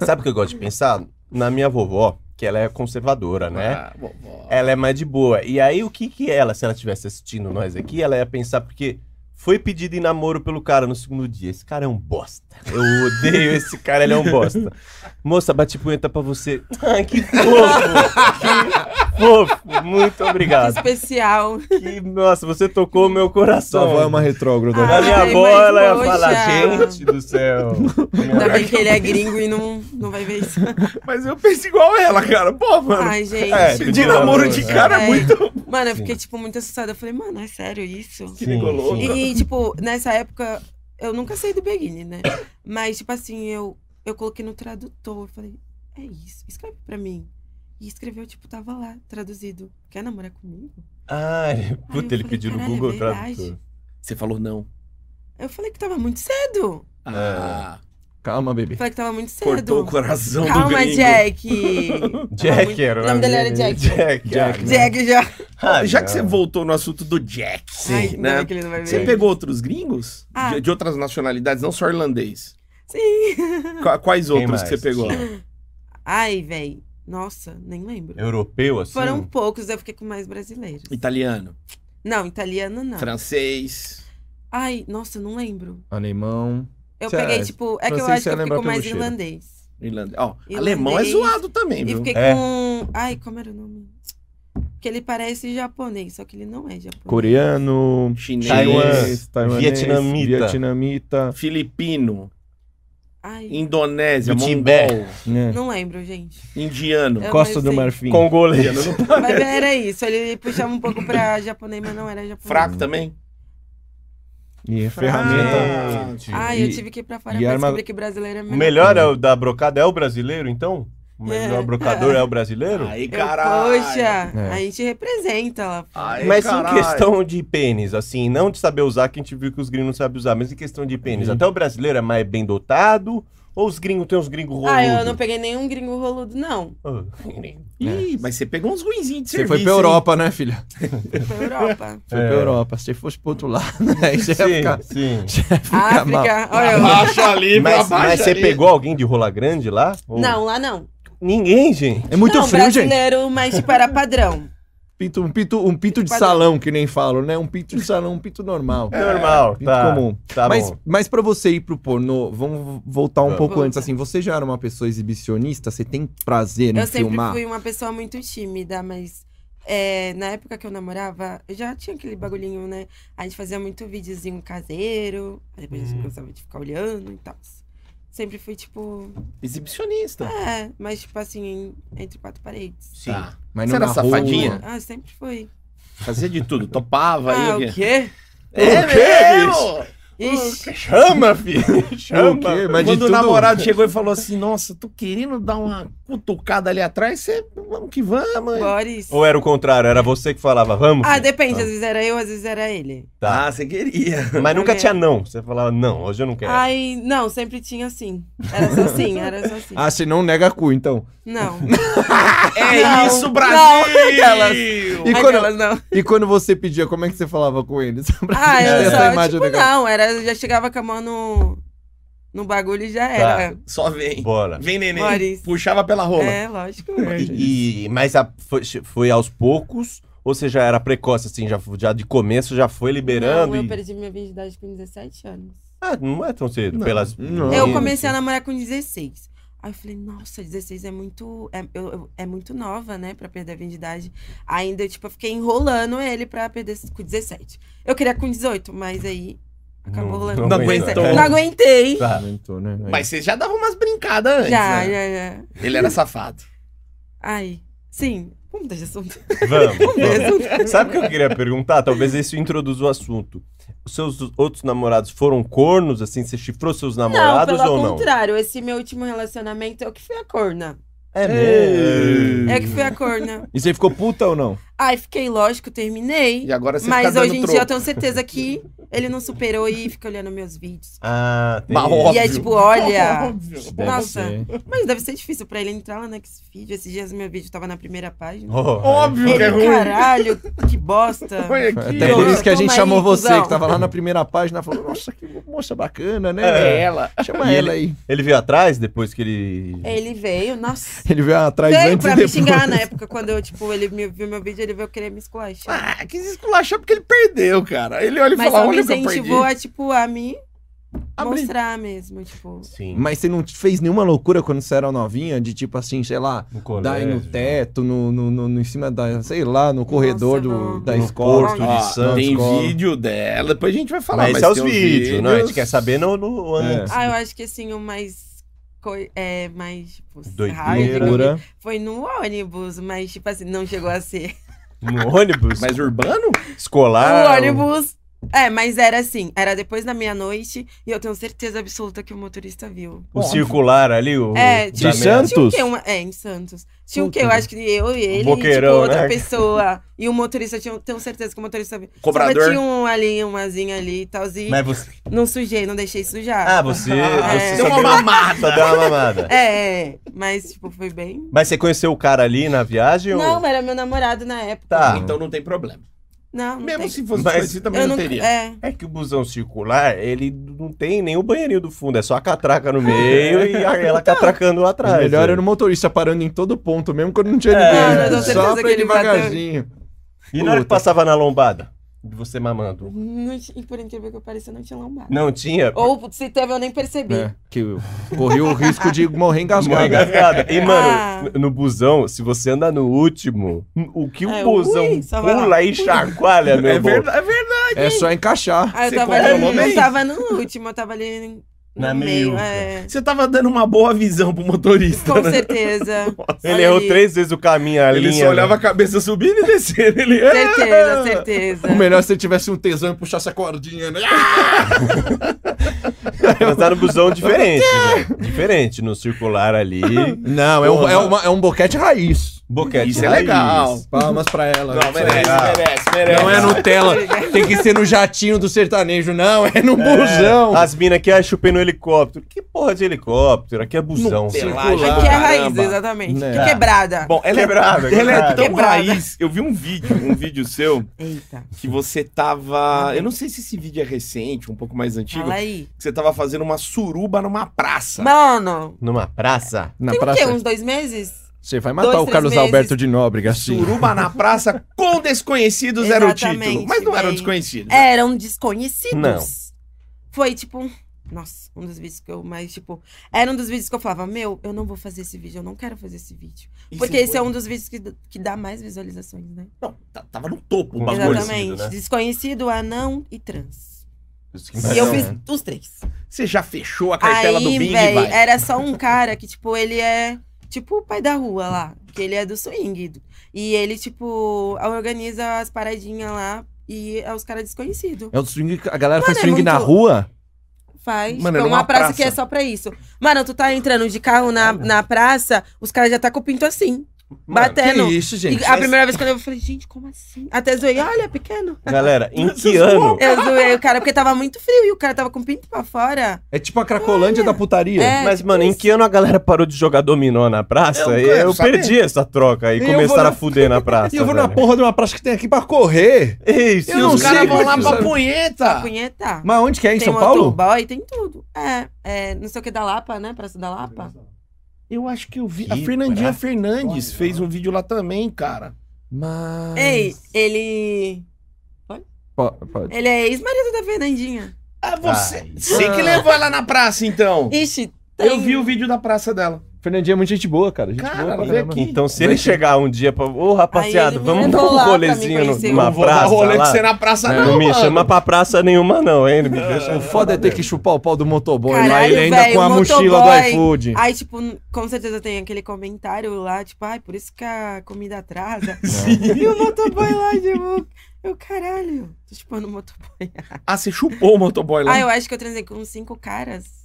Sabe o que eu gosto de pensar? Na minha vovó, que ela é conservadora, né?
Ah, bom, bom.
Ela é mais de boa. E aí, o que que ela, se ela estivesse assistindo nós aqui, ela ia pensar, porque foi pedido em namoro pelo cara no segundo dia. Esse cara é um bosta. Eu odeio esse cara, ele é um bosta. Moça, bati punheta pra você. Ai, que fofo! Que fofo! Muito
Que
obrigado.
especial.
Que- nossa, você tocou o meu
Sua avó é
coração.
uma retrógrada.
Ah,
A minha
Ai,
avó,
mas
ela ia
poxa.
falar, gente do céu.
Ainda bem que ele é gringo e não, não vai ver isso.
Mas eu penso igual ela, cara. Pô, mano.
Ai, gente.
É,
de namoro de cara é
É.
muito.
Mano, eu fiquei, tipo, muito assustada. Eu falei, mano, é sério isso?
Que negolou.
sim.
E, tipo, nessa época, eu nunca saí do Beguine, né? Mas, tipo assim, eu, eu coloquei no tradutor. Eu falei, é isso, escreve pra mim. E escreveu, tipo, tava lá, traduzido. Quer namorar comigo?
Ai,
Ai, eu
puta, ele
falei,
pediu no
"Caralho, é
Google
verdade."
Tradutor.
Você falou não.
Eu falei que tava muito cedo.
Ah,
Calma,
Eu
bebê.
falei que tava muito cedo.
cortou o coração do
Calma,
gringo.
Jack.
Jack era
O nome dele era Jack.
Jack.
né?
Jack.
Jack já.
Ah,
Já que você
não.
voltou no assunto do Jack,
Ai, ainda
né?
bem que ele não vai ver.
Você pegou outros gringos?
Ah.
De, de outras nacionalidades, não só irlandês.
Sim.
Qua- Quais
Quem
outros
mais?
que você pegou?
Ai, velho. Nossa, nem lembro.
Europeu, assim?
Foram poucos, eu fiquei com mais brasileiros.
Italiano,
Não, italiano não.
francês.
Ai, nossa, não lembro.
Alemão.
Eu
Cê-
peguei, tipo, é que eu
francês
acho
você
que eu
lembra
fiquei com
pelo
mais
cheiro.
irlandês.
Irlandês. Ó,
Irlandês.
alemão é zoado também,
E
viu?
fiquei
É.
com. um, Ai, como era o nome? Que ele parece japonês, só que ele não é japonês.
Coreano.
Chinês,
Taiwan. Vietnamita.
Vietnamita.
filipino,
Ai,
indonésia,
Do
mongol,
Tibete.
né?
não é lembro, gente.
indiano.
Eu
Costa
não
do
sei.
Marfim.
Congolês.
Indiano não-
Mas era isso, ele puxava um pouco pra japonês, mas não era japonês.
Fraco também?
E é ferramenta.
Ferramenta.
Ai, eu
E-
tive que ir pra fora
e
pra
arma-
descobrir que brasileiro é
Ah, O
melhor.
melhor é o da brocada é o brasileiro, então? O melhor brocador é o brasileiro?
Aí,
Eu,
caralho.
Poxa,
É.
a gente representa lá.
Aí,
Mas
caralho.
em questão de pênis, assim, não de saber usar, que a gente viu que os gringos não sabem usar, mas em questão de pênis, até o brasileiro é mais bem dotado? Ou os gringos têm uns gringos roludos?
Ah, eu não peguei nenhum gringo roludo, não.
Ah,
Ih, mas você pegou uns ruinzinhos de
Você
serviço.
foi pra
hein?
Europa, né, filha?
Foi Europa.
Foi
É.
pra Europa. Se fosse pro outro lado, né? aí você ia ficar,
Sim, sim.
você
Ah,
ia ficar mal.
África, olha eu.
Abaixa ali,
Mas,
abaixa
mas você
ali.
pegou alguém de rola grande lá? Ou-
Não, lá não.
Ninguém, gente.
É muito
não,
frio, gente.
brasileiro, mas tipo, era padrão.
Pinto, um, pinto, um pinto de
Padrão.
salão, que nem falo, né? Um pinto de salão, um pinto normal.
Normal,
pinto
É, tá.
comum.
Tá
mas,
bom.
mas pra você ir pro pornô, vamos voltar um
Vamos.
pouco
Voltar.
antes. Assim, você já era uma pessoa exibicionista? Você tem prazer em
eu sempre
filmar?
fui uma pessoa muito tímida, mas é, na época que eu namorava, eu já tinha aquele bagulhinho, né? A gente fazia muito videozinho caseiro, aí depois a
Uhum.
gente gostava de ficar olhando e tal. Sempre fui, tipo.
Exibicionista.
É, mas tipo assim, em- entre quatro paredes.
Sim.
Tá.
Mas
Você era
na rua.
safadinha?
Ah, eu sempre fui.
Fazia de tudo. Topava
ah,
aí.
o quê?
É,
O quê,
mesmo?
Ixi,
Chama, filho.
O
Chama.
quê? Mas de
Quando o
tudo-
namorado chegou e falou assim: Nossa, tô querendo dar uma cutucada ali atrás, você vamos que vamos. hein?"
Boris.
Ou era o contrário? Era você que falava, vamos?
Ah,
filho?
depende, às vezes era eu, às vezes era ele.
Tá.
Ah, você queria.
Mas nunca
Mulher.
tinha não. Você falava, não, hoje eu
É.
não quero.
é. Ai, não, sempre tinha assim. Era só assim, era só assim.
Ah, você não nega cu, então.
Não.
É
Não,
isso,
não,
Brasil!
aquelas.
E
E-
quando-
Aquelas, não.
E quando você pedia, como é que você falava com eles?
Ah,
ter
eu
essa
só,
imagem
tipo,
legal.
não, era, eu já chegava com a mão no, no bagulho e já
Tá.
era.
Só vem.
Bora.
Vem, neném.
Boris.
Puxava pela rola.
É, lógico.
E, e- mas a- foi, foi aos poucos? Ou você já era precoce, assim, já, já de começo já foi liberando?
Não,
e-
eu perdi minha virgindade com 17 anos.
Ah, não é tão cedo.
Não.
Pelas...
Não.
Eu
Sim,
comecei a
sim.
namorar com 16. Aí eu falei, nossa, 16 é muito. É, eu- eu- é muito nova, né? Pra perder a virgindade. Ainda, tipo, eu fiquei enrolando ele pra perder com 17. Eu queria com 18, mas aí acabou
Não-
rolando.
não
com
aguentou.
17. Não aguentei.
Tá.
Aumentou, né? Aí-
Mas você já dava umas brincadas antes.
já,
né?
já, já.
Ele era safado.
Ai. Sim, vamos mudar de assunto.
Vamos.
Vamos mudar de
vamos.
assunto.
Sabe o que eu queria perguntar? Talvez isso introduza o assunto. Os seus outros namorados foram cornos, assim? Você chifrou seus namorados
não, pelo
ou não?
contrário, esse meu último relacionamento eu que fui a corna.
É
mesmo.
Eu que fui a corna.
E você ficou puta ou não?
Ai, fiquei, lógico, terminei.
E agora você
Mas
fica
hoje
dando
em
troco.
dia eu tenho certeza que ele não superou e fica olhando meus vídeos.
Ah, tem
Mas
isso.
Tá óbvio.
E é tipo, olha.
Óbvio.
Deve
Nossa.
ser.
Mas deve ser difícil pra ele entrar lá naquele vídeo. Esses dias meu vídeo tava na primeira página.
Oh,
Óbvio que é
Ele,
ruim.
caralho, que bosta.
Olha aqui.
Até por
Eu-
isso que a
eu
gente
tô
chamou
mais
você,
cuzão.
que tava lá na primeira página, falou, nossa, que moça bacana,
É
né?
ela.
Chama
E
ela aí.
né?
Ele veio atrás depois que ele.
Ele veio, nossa.
Ele veio atrás
Veio
antes
pra
e
me
depois.
xingar na época, quando eu, tipo, ele me viu meu vídeo, ele veio querer me esculachar.
Ah, quis esculachar porque ele perdeu, cara. Ele olha e
Mas
fala,
só me
olha o que eu perdi.
incentivou a, tipo, a me
Abri-
mostrar mesmo, tipo.
Sim.
Mas você não fez nenhuma loucura quando você era novinha, de tipo assim, sei lá,
No
dar aí no
É.
teto, no, no, no- no- em cima da, sei lá, no corredor do-
mano.
da
No
escola.
posto.
Ó,
de Santos,
tem
escola.
vídeo dela, depois a gente vai falar.
Mas, é os
tem uns
vídeos, não? A gente
vídeos. É.
quer saber no, no antes.
Ah, eu acho que assim, o mais. coi- É, mais, tipo,
Doideira.
hard, não-
Loucura.
Foi no ônibus, mas, tipo assim, não chegou a ser.
No ônibus
Mas urbano?
escolar.
o ônibus. É, mas era assim, era depois da meia-noite e eu tenho certeza absoluta que o motorista viu.
O circular ali, o.
É,
da
de
merda.
Santos?
Tinha o quê? Uma- É, em Santos. Tinha o quê? Eu
Puta.
acho que eu e ele,
Boqueirão,
e, tipo, outra
né?
pessoa. E o motorista, tinha, tenho certeza que o motorista viu.
Cobrador?
Só tinha um ali, umazinho ali e tal. E
Mas você.
não sujei, não deixei sujar.
Ah, você.
É.
você
Deu
só
uma
deu-
mamada.
Só deu uma mamada.
É, é, mas, tipo, foi bem.
Mas você conheceu o cara ali na viagem? ou-
Não, era meu namorado na época.
Tá.
Então não tem problema.
Não, não
Mesmo
tem-
se fosse
Mas-
conhecido, também
eu
não
não
teria.
É.
É que o busão circular, ele não tem nem o banheirinho do fundo, é só a catraca no meio e a- ela
Então,
catracando
é
lá
Mas
atrás.
melhor
né?
era o motorista parando em todo ponto, mesmo quando não tinha
É,
ninguém.
eu tenho
só
certeza
pra
que
ir
ele bateu.
devagarzinho.
E na hora que passava na lombada? De você mamando?
Não ti- e por incrível que pareça, não tinha lombada.
Não tinha?
Ou se teve, eu nem percebi.
É, que eu corri o risco de morrer engasgado.
Mãe engasgada. E, mano,
Ah.
no busão, se você andar no último, o que o
É,
busão
ui, só vai lá.
pula e chacoalha, meu
É
irmão?
verdade, é verdade.
É só encaixar.
Aí Ah, eu
Você
tava ali,
controlou bem?
não tava no último, eu tava ali no
Na
meio.
meiuca.
é.
Você tava dando uma boa visão pro motorista,
Com
né?
certeza.
Ele
Olha
errou
ali.
três vezes o caminho, a
Ele
linha. né?
só olhava a né? cabeça subindo e descendo. Ele... é-
Certeza, certeza.
é O melhor é se ele tivesse um tesão e puxasse a cordinha, né?
Transar no busão diferente, né? Diferente, no circular ali.
Não, é um,
Porra.
é, uma- é um boquete raiz.
Boquete.
Isso é
raiz.
legal.
Palmas pra ela.
Não, merece,
legal.
merece, merece.
Não é Nutella. Tem que ser no jatinho do sertanejo, não. É no busão.
As minas aqui, ah, chupei no helicóptero. Que porra de helicóptero? Aqui é busão.
Nutelagem.
circular.
Lá,
Aqui é a raiz,
caramba.
exatamente.
Né.
Que quebrada.
Bom, ela
Quebrada,
é, ela é
quebrada.
tão
Quebrada.
raiz. Eu vi um vídeo, um vídeo seu,
Eita,
que você tava. Eu não sei se esse vídeo é recente, um pouco mais antigo.
Uhum. fala aí.
Que você tava fazendo uma suruba numa praça.
Mano,
Numa praça?
Na
tem o quê?
praça.
Uns dois meses?
Você vai matar
Dois,
o Carlos
três
Alberto de Nóbrega, assim.
Suruba na praça com desconhecidos era o título.
Exatamente,
Mas não eram
bem. É,
desconhecidos.
Eram desconhecidos.
Não.
Foi tipo. um- Nossa, um dos vídeos que eu mais, tipo. Era um dos vídeos que eu falava, meu, eu não vou fazer esse vídeo, eu não quero fazer esse vídeo.
E
Porque
você
esse
foi-
é um dos vídeos que, que dá mais visualizações, né?
Não, tá- tava no topo o
Com
bagulho.
certeza.
Exatamente.
né?
Desconhecido, anão e trans.
Mas
e eu
não,
fiz os três.
Você já fechou É. a cartela do
Aí,
Bing
véi,
vai.
era só um cara que, tipo, ele é tipo o pai da rua lá. Que ele é do swing. do- E ele, tipo, organiza as paradinhas lá. E é os caras desconhecidos.
É o swing, a galera
Mano,
faz
é
swing na
muito-
rua.
Faz.
Mano,
é
era
uma,
uma
praça,
praça.
que é só pra isso. Mano, tu tá entrando de carro na, na praça, os caras já tá com o pinto assim. batendo.
Que isso, gente.
E a primeira vez que eu olhei, eu falei, gente, como assim? Até zoei, olha, é pequeno.
Galera, em que ano?
Eu zoei o cara porque tava muito frio e o cara tava com o pinto pra fora.
É tipo a cracolândia da putaria.
É,
Mas,
tipo
mano, em
isso.
que ano a galera parou de jogar dominó na praça?
Eu
Eu,
quero
eu
saber.
perdi essa troca e
Eu vou
começaram
na-
a fuder na praça.
E eu vou na
velho.
porra de uma praça que tem aqui pra correr.
Ei, se
E
um
os
os
sei
caras
como
vão lá
isso
pra
é.
punheta.
Punheta.
Mas onde que é? Em
tem um
São Paulo?
motoboy, tem tudo. É, é, não sei o que da Lapa, né? Praça da Lapa.
Eu acho que eu vi. a
Que
Fernandinha
praça.
Fernandes fez um vídeo lá também, cara.
Mas...
Ei, ele.
Po- pode.
Ele é ex-marido da Fernandinha.
Ah, você.
Ai.
Você
Ah.
que levou ela na praça, então.
Ixi, tem...
Eu vi o vídeo da praça dela.
Fernandinha é muito gente boa, cara. Gente
Cara,
boa pra
vem
caramba.
aqui.
Então, se ele chegar um dia pra. Ô,
Aí
rapaziada,
ele
vamos
me
dar
levou
um
lá pra me
rolezinho
conhecer.
numa
Não vou dar um
praça.
rolê com
lá.
você na praça, não.
Não me
mano.
chama pra praça nenhuma, não, hein? Não me deixa-
O foda é ter que chupar o pau do motoboy
Caralho,
lá, ele ainda
velho,
com a
o
mochila do
motoboy.
iFood.
Aí, tipo, com certeza tem aquele comentário lá, tipo, ai, por isso que a comida atrasa. E o motoboy lá, tipo, eu, caralho, tô chupando o motoboy.
Ah, você chupou o motoboy lá.
Ah, eu um acho que eu transei com cinco caras.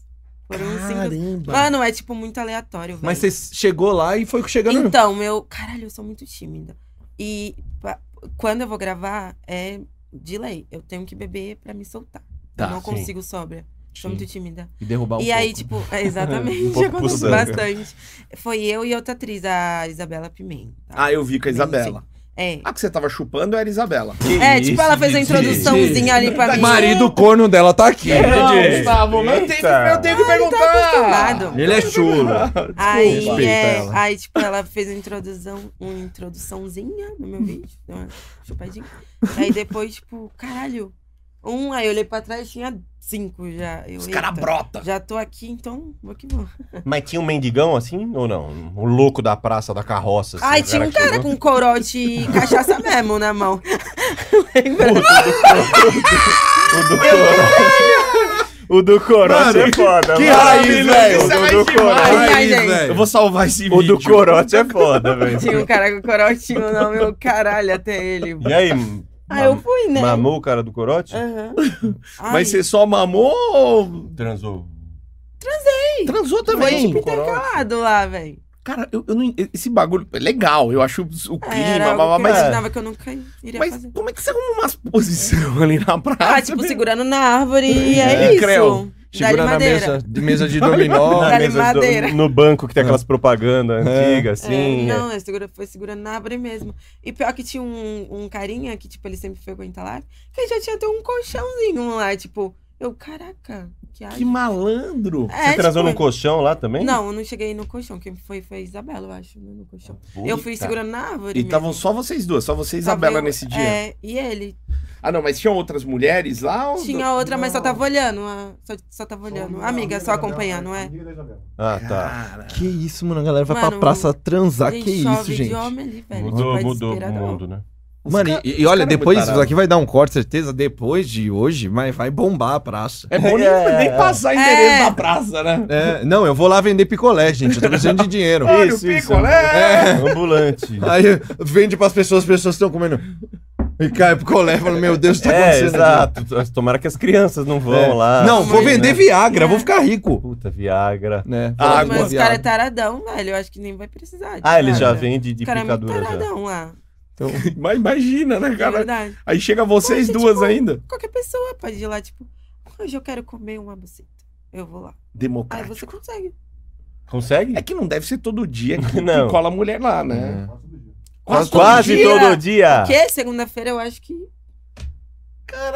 Foram uns cinco.
Caramba.
Mano, é, tipo, muito aleatório, velho.
Mas você chegou lá e foi chegando...
Então, meu. Caralho, eu sou muito tímida. E pa- quando eu vou gravar, é de lei. Eu tenho que beber pra me soltar.
Tá,
eu não
sim.
consigo sobra. Sou muito
Sim.
tímida.
E derrubar um
e aí,
pouco.
tipo, é, exatamente,
Um pouco
acontece
pulsando.
bastante. Foi eu e outra atriz, a Isabela Pimenta.
Ah, eu vi com a Isabela.
É.
Ah, que você tava chupando era a Isabela.
Que
É, tipo,
isso,
ela fez a
Didi?
introduçãozinha ali pra mim.
Tá Marido corno dela tá aqui.
é
Entendi.
Gustavo, mas eu tenho, que- eu tenho que perguntar.
Ah, tá acostumado.
Ele é chulo.
Aí,
Respeita
é,
ela.
aí, tipo, ela fez uma introdução, uma introduçãozinha no meu vídeo, deu uma chupadinha. Aí depois, tipo, caralho, um, aí eu olhei pra trás tinha cinco já. Eu,
Os caras
"Eita,
brota.
Já tô aqui, então vou que vou.
Mas tinha um mendigão assim ou não? Um louco da praça da carroça. Assim,
Ai,
o
tinha um
que
cara
né?
chegou.
com corote e cachaça mesmo na mão. Lembra?
O do
um
Coro- O do Corote é foda.
que
mano.
raiz,
Maravilhoso,
velho.
o
Isso é mais
do
demais.
Corote.
Ai,
Aí,
gente.
velho.
Eu vou salvar esse vídeo.
O do Corote é foda, velho.
Tinha um cara com corotinho no meu caralho até ele.
E aí,
Aí eu fui, né? Ah.
mamou o cara do Corote?
Aham. Ai,
Mas você só mamou ou
Transou.
transou
foi
também?
tipo intercalado lá, velho.
Cara, eu, eu não. Esse bagulho é legal, eu acho o clima,
Era algo
babá,
que eu
mas.
imaginava que eu nunca iria
Mas
fazer.
como é que você arruma umas posições ali na praça?
Ah, tipo, segurando na árvore e é,
É,
isso.
creu.
Dá de
Segura na
madeira.
mesa, de mesa de dominó.
Dá-lhe
mesa do-
madeira.
no banco que tem aquelas propagandas
Ah. É.
antigas,
É,
assim.
não, eu segura, foi segurando na árvore mesmo. E pior que tinha um, um carinha que, tipo, ele sempre frequenta lá, que ele já tinha até um colchãozinho lá, tipo, eu, caraca,
Que
que ágil.
malandro.
É,
Você transou num
tipo,
colchão lá também?
Não, eu não cheguei no colchão. Quem foi foi a Isabela, eu acho, né, no colchão. Eu fui
Puta.
segurando na árvore.
E estavam
mesmo.
só vocês duas, só você e
Tava
Isabela
eu-
nesse dia.
É, e ele.
Ah, não, mas tinham outras mulheres lá? ou-
Tinha outra, mas só
Não.
tava olhando. a- Só, só tava olhando. Amiga, só acompanhando, é.
Ah, tá.
Cara.
Que isso, mano. A galera vai pra
Mano,
praça transar. Tá, Que
chove
isso,
de
gente.
homem ali, velho.
Mudou,
Vai
mudou o
desesperadão.
mundo, né?
Mano,
Os ca-
e,
os
e olha,
cara é muito
depois isso
tarado.
daqui vai dar um corte, certeza. Depois de hoje, mas vai bombar a praça.
É bom nem,
É.
nem passar endereço
É.
na praça, né?
É, não, eu vou lá vender picolé, gente. Eu tô precisando de dinheiro.
Olha o é.
isso, isso.
É.
picolé!
É Ambulante.
Ah, Aí vende pras pessoas, as pessoas estão comendo. E cai pro colé e fala, meu Deus, o que tá
É,
acontecendo? aqui?"
exato. Tomara que as crianças não vão
É.
lá.
Não, vou
Né?
vender Viagra, vou ficar rico.
Puta, Viagra.
Né?
Ah,
Fala,
água.
Mas
"Pô,
o cara
Viagra."
é taradão, velho. Eu acho que nem vai precisar. de
Ah, ele já
nada.
vende de
O cara é muito
picadura já.
taradão lá.
Então,
Mas imagina, né,
de
cara?
verdade.
Aí chega vocês
Pô, gente,
duas
pô.
ainda.
Qualquer pessoa pode ir lá, tipo, hoje eu quero comer uma buceta. Eu vou lá. Aí você
Democrático.
consegue.
Consegue?
É que não deve ser todo dia que,
Não.
que cola a mulher lá, né?
é.
Quase,
todo dia.
todo dia.
Porque segunda-feira eu acho que.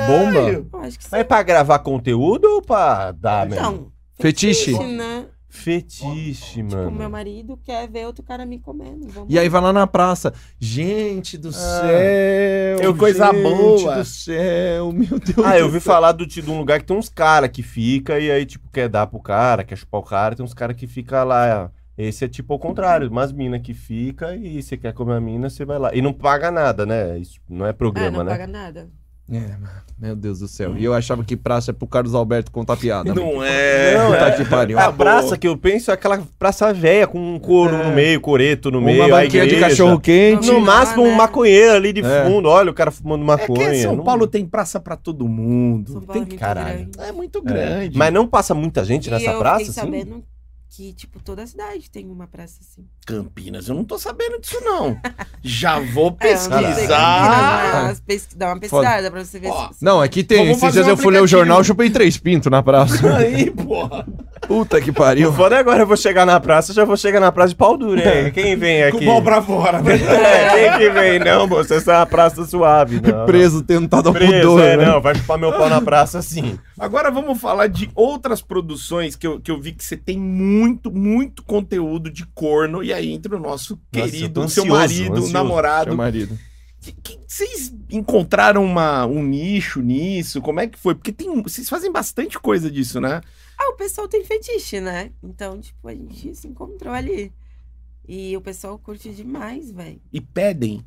Bomba.
Eu acho que sim.
Mas é pra gravar conteúdo ou pra dar mesmo?
Então,
Fetiche.
fetiche, né?
Fetiche,
Tipo, meu
mano. é
marido quer ver outro cara me comendo. Vamos
E aí vai lá na praça. Gente do céu.
que coisa
gente
boa.
do céu, meu Deus.
Ah, eu
do
vi
céu.
falar do, de um lugar que tem uns caras que fica e aí, tipo, quer dar pro cara, quer chupar o cara, tem uns caras que fica lá. Esse é tipo ao contrário, umas mina que fica e você quer comer a mina, você vai lá. E não paga nada, né? Isso não é
Ah,
programa,
não
né?
paga nada.
É, meu Deus do céu. E eu achava que praça é pro Carlos Alberto contar piada.
Não é.
Não,
Puta
é-
que pariu.
A
Acabou. É.
praça que eu penso é aquela praça velha com um couro no meio, coreto no meio,
Uma
a
banquinha de
igreja.
cachorro quente.
No
Não,
máximo um
né?
maconheiro ali de
É.
fundo, olha o cara fumando
É
maconha.
que São
não-
Paulo tem praça pra todo mundo.
São Paulo
Tem-
é muito
caralho.
grande.
É muito
É.
grande.
Mas não passa muita gente
E
nessa
eu
praça,
fiquei
assim?
sabendo que, tipo, toda a cidade tem uma praça assim.
Campinas, eu não tô sabendo disso, não. Já vou
É, eu não sei
pesquisar.
Campinas, mas pesqui- Dá uma pesquisada pra você ver
Ó,
se...
Não, aqui tem.
Vamos
Esses
fazer
dias
um
eu fui ler o
aplicativo.
jornal, chupei três pintos na praça.
né?
Aí, porra.
Puta que
Eu
pariu.
foda agora, eu vou chegar na praça, eu já vou chegar na praça de pau duro, hein? Quem vem
É. Com o
aqui?
pau pra fora, né?
É, quem que vem? Não, moço, essa é uma praça suave. Não,
Preso tentado ao
não. Preso,
pudor.
é,
né?
não, vai chupar meu pau na praça, assim.
Agora vamos falar de outras produções que eu, que eu vi que você tem muito, muito conteúdo de corno. E aí entra o nosso
eu tô
querido,
ansioso,
seu marido,
ansioso.
namorado.
Meu marido.
Que- que- vocês encontraram uma, um nicho nisso? Como é que foi? Porque tem, vocês fazem bastante coisa disso, né?
Ah, o pessoal tem fetiche, né? Então, tipo, a gente se encontrou ali. E o pessoal curte demais, velho.
E pedem.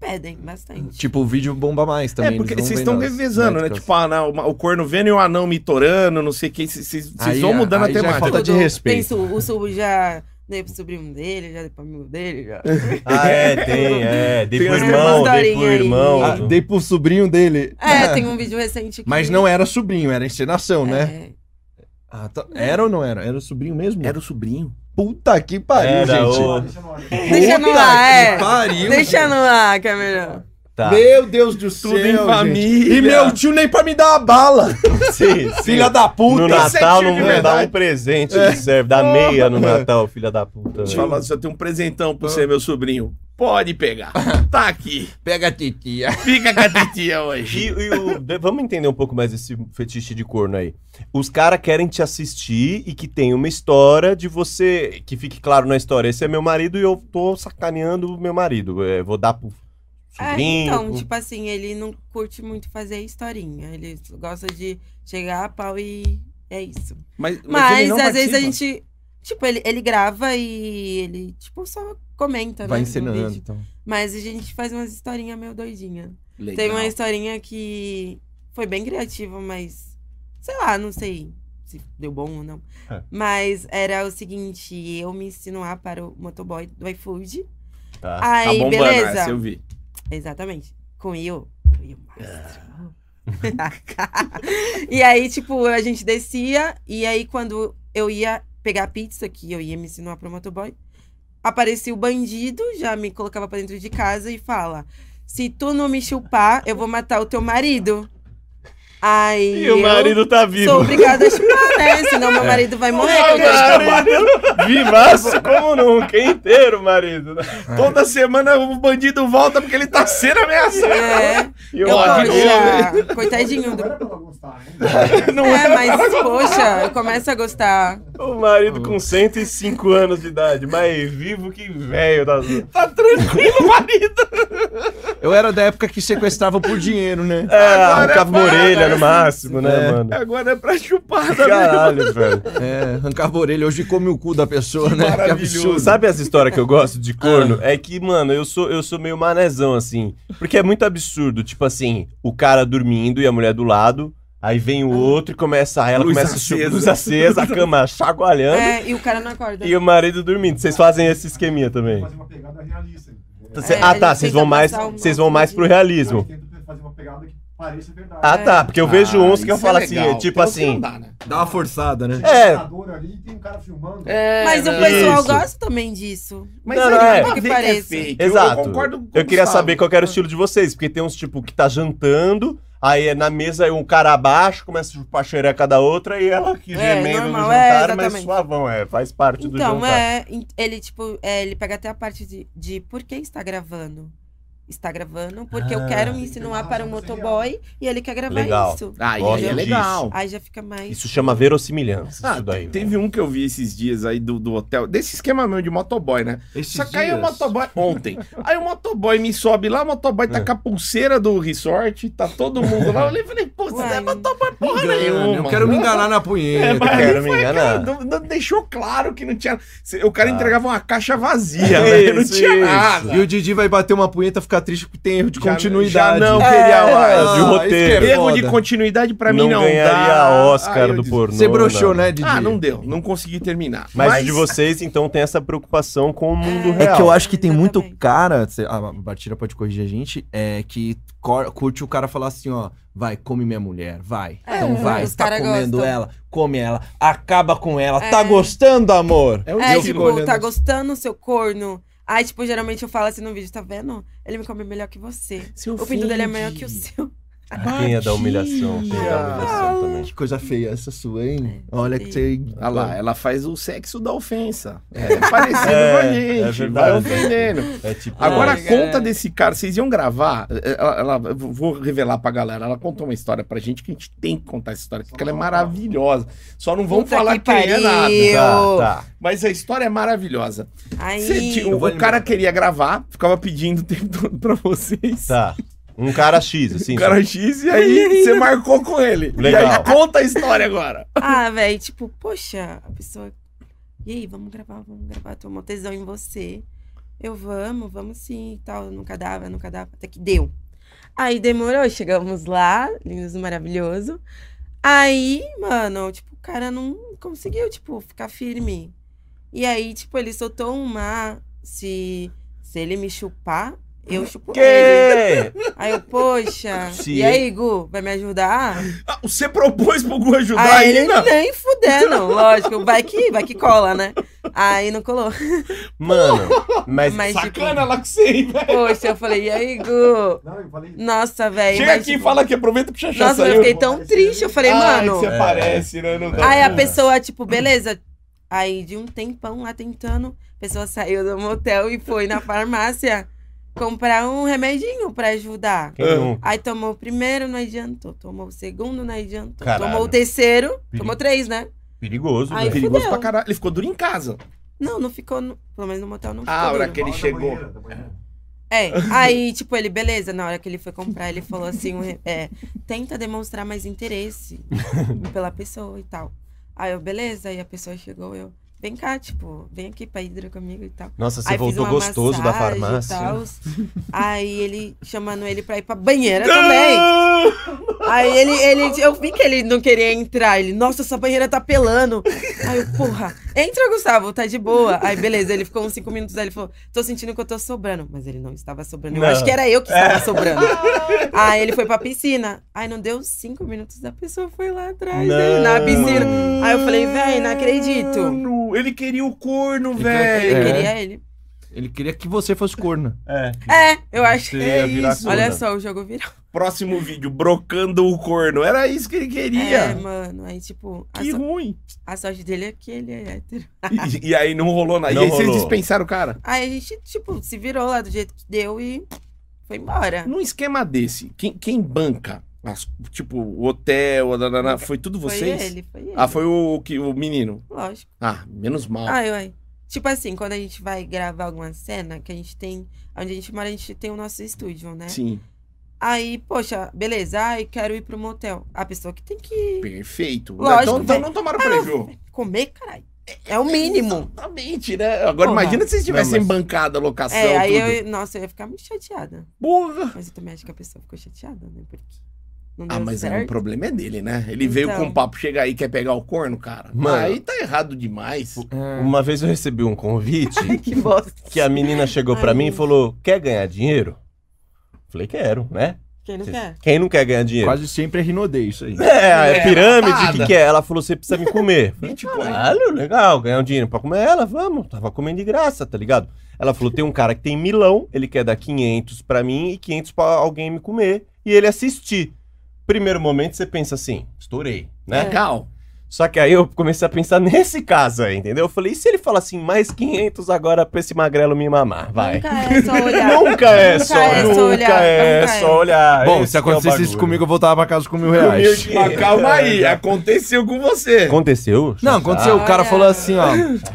Pedem bastante.
Tipo, o vídeo bomba mais também.
é, porque
eles vão
vocês
vendo
estão
as
revezando, né?
métricas.
Tipo, ah, não, o Corno vendo e o Anão mitorando, não sei o que. Vocês- Vocês vocês
Aí,
vão mudando a
aí já
temática.
falta de
Todo-
respeito.
tem su- o subo já dei pro sobrinho dele, já dei pro amigo dele, já.
Ah, é, tem, é. Dei
Tem
pro
essa
irmão, dei
historinha
pro
aí.
irmão.
Ah, dei pro sobrinho dele. Ah,
É, tem um vídeo recente que...
Mas não era sobrinho, era encenação, né?
É,
Ah, tá- Era ou não era? Era o sobrinho mesmo?
Era o sobrinho.
Puta que pariu,
Era
gente.
o-
Deixa no
Puta
ar,
que
é.
pariu. Tipo,
Deixa no ar, que é melhor.
Tá.
Meu Deus do céu.
Tudo em
gente.
família.
E meu tio nem pra me dar uma bala.
Sim, sim.
Filha da
No
puta.
Esse é
Natal
tio
não
de
me dá
verdade.
um presente que serve, dá meia no Natal, filha da puta.
Deixa
velho.
eu falar, já tem um presentão
Ah.
pra você, meu sobrinho. Pode pegar. Tá aqui.
Pega a titia.
Fica com a titia hoje.
E, e o- de- vamos entender um pouco mais esse fetiche de corno aí. Os caras querem te assistir e que tem uma história de você. Que fique claro na história. Esse é meu marido e eu tô sacaneando o meu marido. É, vou dar pro
É,
sobrinho.
então,
pro-
tipo assim, ele não curte muito fazer historinha. Ele gosta de chegar a pau e é isso.
Mas,
Mas, às vezes a gente. Tipo, ele, ele grava e ele, tipo, só comenta,
Vai
né? no
ensinando.
vídeo.
Então.
Mas a gente faz umas historinhas meio doidinha. Tem
Tá
uma historinha que foi bem criativa, mas. Sei lá, não sei se deu bom ou não.
É.
Mas era o seguinte: eu me insinuar para o motoboy do iFood.
Tá.
Tá
Aí,
bombando
beleza.
essa, eu vi.
Exatamente. Com eu. Com eu maestro. e aí, tipo, a gente descia. E aí, quando eu ia pegar a pizza, que eu ia me ensinar pro motoboy, aparecia o bandido, já me colocava pra dentro de casa e fala: Se tu não me chupar, eu vou matar o teu marido. Aí.
E o
eu
marido tá vivo.
Sou obrigada a chupar, né? Senão meu marido vai morrer. quando eu
tá
chupar.
Vivaço como nunca, inteiro, marido.
Toda semana o bandido volta porque ele tá sendo ameaçado.
É,
E
eu
o marido-
poxa, coitadinho do É, mas, poxa, eu começo a gostar.
O marido com 105 anos de idade, mais vivo que velho das
Tá tranquilo, marido.
Eu era da época que sequestrava por dinheiro, né?
É, arrancava uma orelha no máximo, né,
É.
mano?
Agora é pra chupar também.
Caralho, velho.
É, arrancava a orelha. Hoje come o cu da pessoa, né? Que
Maravilhoso.
absurdo.
Sabe essa história que eu gosto de corno?
Ah.
É que, mano, eu sou, eu sou meio manezão, assim. Porque é muito absurdo. Tipo assim, o cara dormindo e a mulher do lado. Aí vem o outro e começa, aí ela
Ah. Luz
começa a chu-
acesa.
luz acesa, a cama chacoalhando
É, e o cara não acorda.
e o marido dormindo. Vocês fazem esse esqueminha também.
Fazer uma pegada realista. entendeu?
Cê-
É, a
ah,
gente
tá. Vocês vão
tenta
mais,
passar um
vocês vão mais pro realismo.
Tento fazer uma pegada que pareça verdade.
Ah, tá. Porque eu vejo uns que eu
isso
falo
é
assim,
legal.
é tipo
Tem uns que
assim.
não dá, né?
Dá uma forçada, né?
Tem um
É.
computador ali e tem um cara filmando.
Mas o
né?
pessoal
Isso.
gosta também disso.
Mas
Não,
não,
não, é.
é. Que é
Parece.
fake.
Exato.
Eu, concordo com
Eu queria
o Gustavo.
saber qual que era
Ah.
o estilo de vocês, porque tem uns tipo que tá jantando, aí é na mesa aí um cara abaixo, começa a chupar xereca da outra e ela que
É,
gemendo no
normal, é,
jantar, mas
exatamente.
suavão, é, faz parte do
Então,
jantar.
é, em- ele tipo, é, ele pega até a parte de, de por que está gravando. Está gravando porque eu quero me insinuar para um motoboy e ele quer gravar
Legal.
isso.
Ah,
Gosto
e é
disso.
legal.
Aí já fica mais.
Isso chama verossimilhança,
Ah,
isso daí.
te- teve um que eu vi esses dias aí do, do hotel, desse esquema meu de motoboy, né?
Esses
Só que aí o
dias-
motoboy, ontem, aí o motoboy me sobe lá, o motoboy tá com a pulseira do resort, tá todo mundo lá. Eu olhei e falei, pô, você
Ué,
é motoboy porra
Engana,
nenhuma.
eu quero me enganar na punheta.
Eu
É, Mas
quero
aí
me
foi,
enganar.
Cara, não, não deixou claro que não tinha. se- O cara
Ah.
entregava uma caixa vazia, né? Não
Isso,
tinha
isso.
nada.
E o Didi vai bater uma punheta e ficar triste porque tem erro de
Já-
continuidade.
já não
É,
queria mais.
de
Ah,
roteiro.
esquerda.
Erro de
foda.
continuidade pra mim não
ganharia
dá.
Oscar
Aí eu
do
desisti.
pornô.
Você broxou,
não.
né, Didi?
Ah, não deu, não consegui terminar.
Mas, de vocês, então, tem essa preocupação com o mundo
É
real.
que eu acho que tem muito
Exatamente.
cara, cê- a Batira pode corrigir a gente, é que cor- curte o cara falar assim, ó, vai, come minha mulher, vai.
É,
então vai,
os
tá
cara
comendo
gostam.
ela, come ela, acaba com ela, tá gostando, amor?
É o
É,
Eu
tipo,
fico olhando
tá
assim.
gostando, seu corno? Aí, tipo, geralmente eu falo assim no vídeo, tá vendo? Ele me come melhor que você.
Seu
O pinto dele é melhor que o seu.
Tem a Ah, é da humilhação, tem a da
Ah,
humilhação também.
Que coisa feia essa sua, hein?
É,
Olha
sim.
que você...
Ah lá, ela faz o sexo da ofensa. É, parecido com a
É, é
gente. vai
verdade.
ofendendo.
É tipo...
Agora,
Ai,
a conta
cara.
desse cara, vocês iam gravar? É, Ela, ela- eu vou revelar pra galera. Ela contou uma história pra gente que a gente tem que contar essa história, porque ela é maravilhosa. Só não vamos
Puta
falar
que
quem é
pariu.
nada.
Tá,
eu-
tá.
Mas a história é maravilhosa. Cê
Aí.
tinha- um- o cara queria gravar, ficava pedindo o tempo todo pra vocês.
Tá. Um cara X, assim.
O cara X, e aí você marcou com ele. E
Legal.
aí conta a história agora.
Ah, velho, tipo, poxa, a pessoa. E aí, vamos gravar, vamos gravar, tô mó tesão em você. Eu vamos, vamos sim e tal. Nunca dava, nunca dava. Até que deu. Aí demorou, chegamos lá, lindos e maravilhoso. Aí, mano, tipo, o cara não conseguiu, tipo, ficar firme. E aí, tipo, ele soltou uma. Se, se ele me chupar, eu chupo
tipo,
ele.
Que?
Aí eu, poxa.
Se
e aí, Gu, vai me ajudar?
Ah, Você propôs pro Gu ajudar né?
Aí
ele?
Ah, ele
Não.
nem fuder, não, lógico. Vai que, vai que cola, né? Aí não colou.
Mano, mas...
Mas,
Sacana lá com você, hein, velho.
tipo, poxa, eu falei, e aí, Gu?
Não, né, eu falei.
Nossa, velho.
Chega
mas,
aqui e
tipo,
fala que aproveita que o Xaxá
Nossa, mas eu
saiu.
fiquei tão triste. Eu falei,
Ah,
mano.
que você aparece, né? Não dá.
Aí a
É.
pessoa, tipo, beleza. Aí de um tempão lá tentando, a pessoa saiu do motel e foi na farmácia comprar um remedinho pra ajudar.
Quem não?
Aí tomou o primeiro, não adiantou. Tomou o segundo, não adiantou.
Caralho.
Tomou o terceiro, tomou três, né?
Perigoso,
Ai,
velho.
Perigoso
fudeu.
pra caralho. Ele ficou duro em casa.
Não, não ficou. no- Pelo menos no motel não ficou.
Ah, a hora
duro.
que ele
Fala da
chegou.
banheira, da banheira.
É, aí, tipo, ele, beleza, na hora que ele foi comprar, ele falou assim, um re- é, tenta demonstrar mais interesse pela pessoa e tal. Aí eu, beleza, aí a pessoa chegou, eu, vem cá, tipo, vem aqui pra Hidra comigo e tal.
Nossa, você
aí
voltou gostoso da
massagem e
farmácia.
tal. Aí ele chamando ele pra ir pra banheira também. Aí ele, ele, eu vi que ele não queria entrar. Ele, nossa, essa banheira tá pelando. Aí eu, porra, entra, Gustavo, tá de boa. Aí beleza, ele ficou uns cinco minutos aí. Ele falou, tô sentindo que eu tô sobrando. Mas ele não estava sobrando. Eu
Não. É.
acho que era eu que estava sobrando. Aí ele foi pra piscina. Aí não deu cinco minutos, a pessoa foi lá atrás, aí, na
Não.
piscina. Aí eu falei, véi, não acredito.
Mano, Ele queria o corno,
Ele
velho.
Ele
É.
queria ele.
Ele queria que você fosse corno.
É.
É, eu acho.
Você ia virar
isso.
corno.
Olha só, o jogo virou.
Próximo vídeo, brocando o corno. Era isso que ele
É,
queria.
mano. Aí, tipo, a,
que
so-
ruim.
a sorte dele é que ele é hétero.
E, e aí não rolou nada.
Não
e aí vocês
rolou.
dispensaram o cara?
Aí a gente, tipo, se virou lá do jeito que deu e foi embora.
Num esquema desse, quem, quem banca? as- tipo, o hotel, a danana, foi tudo vocês?
Foi ele, foi ele.
Ah, foi o, que- o menino.
Lógico.
Ah, menos mal.
Ai, ai. Tipo assim, quando a gente vai gravar alguma cena que a gente tem. Onde a gente mora, a gente tem o nosso estúdio, né?
Sim,
Aí, poxa, beleza. Ai, quero ir pro motel. A pessoa que tem que
perfeito.
Lógico,
então, então
velho.
não tomaram prejuízo.
comer, caralho. É o mínimo.
Exatamente, né? Agora
Porra.
imagina se vocês tivessem
Não, mas-
bancado a locação,
É, aí
tudo.
eu. Nossa, eu ia ficar muito chateada.
Porra!
Mas eu também acho que a pessoa ficou chateada, né? Porque. Não deu
Ah, mas aí o
certo.
problema é dele, né? Ele veio
Então.
com o papo, chega aí, quer pegar o corno, cara.
Mano.
Aí tá errado demais.
É.
Uma vez eu recebi um convite
que bosta.
que a menina chegou pra
Ai,
mim e
gente.
falou: Quer ganhar dinheiro? Falei: Quero, né?
Quem não
Cês-
quer?
Quem não quer ganhar dinheiro?
Quase sempre é Rinodê isso aí.
É, é
É,
pirâmide, o que,
nada.
que é? Ela falou: Você precisa me comer.
Bitcoin.
Caralho, legal, ganhar um dinheiro pra comer ela, vamos, tava comendo de graça, tá ligado? Ela falou, tem um cara que tem milão, ele quer dar 500 pra mim e 500 pra alguém me comer e ele assistir. Primeiro momento você pensa assim, estourei, né?
Legal.
Só que aí eu comecei a pensar nesse caso aí, entendeu? Eu falei, e se ele falar assim, mais 500 agora pra esse magrelo me mamar, vai.
Nunca é só olhar.
Nunca é
Nunca
só,
é só
nunca
olhar,
é
nunca é.
só olhar.
Ah, Bom,
Esse
se
que é o
acontecesse isso
bagulho.
comigo, eu voltava pra casa com mil
É. Meu
reais.
Deus, Mas calma aí, aconteceu com você.
Aconteceu?
Não, aconteceu. O cara
Olha.
falou assim, ó.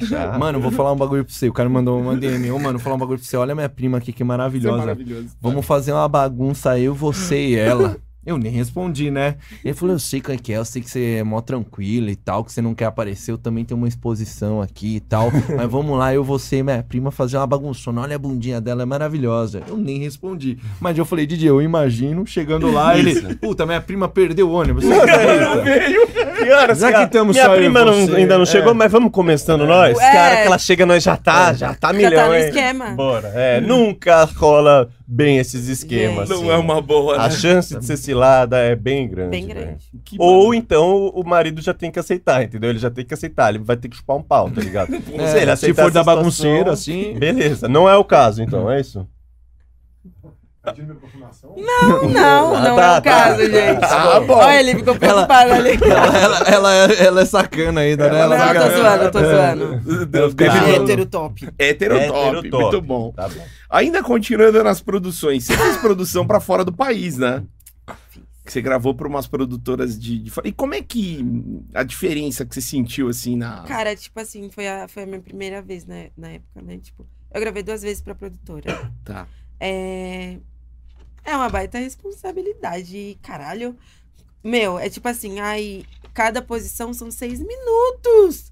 Já.
Mano, vou falar um bagulho pra você. O cara mandou uma DM. Ô, mano, vou falar um bagulho pra você. Olha minha prima aqui, que
Isso é
maravilhosa.
maravilhoso.
Tá.
Vamos fazer uma bagunça, eu, você e ela. Eu nem respondi, né? Ele falou, eu sei como é que é, eu sei que você é mó tranquila e tal, que você não quer aparecer, eu também tenho uma exposição aqui e tal. Mas vamos lá, eu, você e minha prima fazer uma bagunçona. Olha a bundinha dela, é maravilhosa. Eu nem respondi. Mas eu falei, Didi, eu imagino, chegando lá, ele... Puta, minha prima perdeu o ônibus.
Ah, Que horas,
Já que
cara?
tamo
Minha
só eu e
prima não-
você.
ainda não
É.
chegou, mas vamos começando nós.
É.
Cara, que ela chega, nós já tá, já tá
Já
milhão,
tá no
hein?
esquema. Uhum.
Bora. É, nunca rola bem esses esquemas.
Não
assim.
é uma boa.
né?
A chance de ser cilada é bem grande.
Bem
velho.
grande.
Que
Ou então o marido já tem que aceitar, entendeu? Ele já tem que aceitar, ele vai ter que chupar um pau, tá ligado?
É,
ele
se
aceitar
for
essa
da
situação,
bagunceira, assim...
Beleza, não é o caso, então, é isso?
Pedindo minha confirmação?
Não, não, não
tá,
é
tá,
o caso,
tá.
gente.
Tá bom.
Olha, ele ficou preocupado ali.
Ela, ela, ela é, ela é sacana ainda, né?
é
Ela
Não,
tá
eu tô zoando, eu tô
É.
zoando.
Tá.
Ah, hétero top.
Heterotop,
Heterotop.
muito bom.
Tá bom.
Ainda continuando nas produções, você fez produção pra fora do país, né? Que Você gravou pra umas produtoras de, de fora. E como é que a diferença que você sentiu assim na.
Cara, tipo assim, foi a, foi a minha primeira vez na, na época, né? Tipo, eu gravei duas vezes pra produtora.
Tá.
É. É uma baita responsabilidade. E, caralho. Meu, é tipo assim, aí cada posição são seis minutos.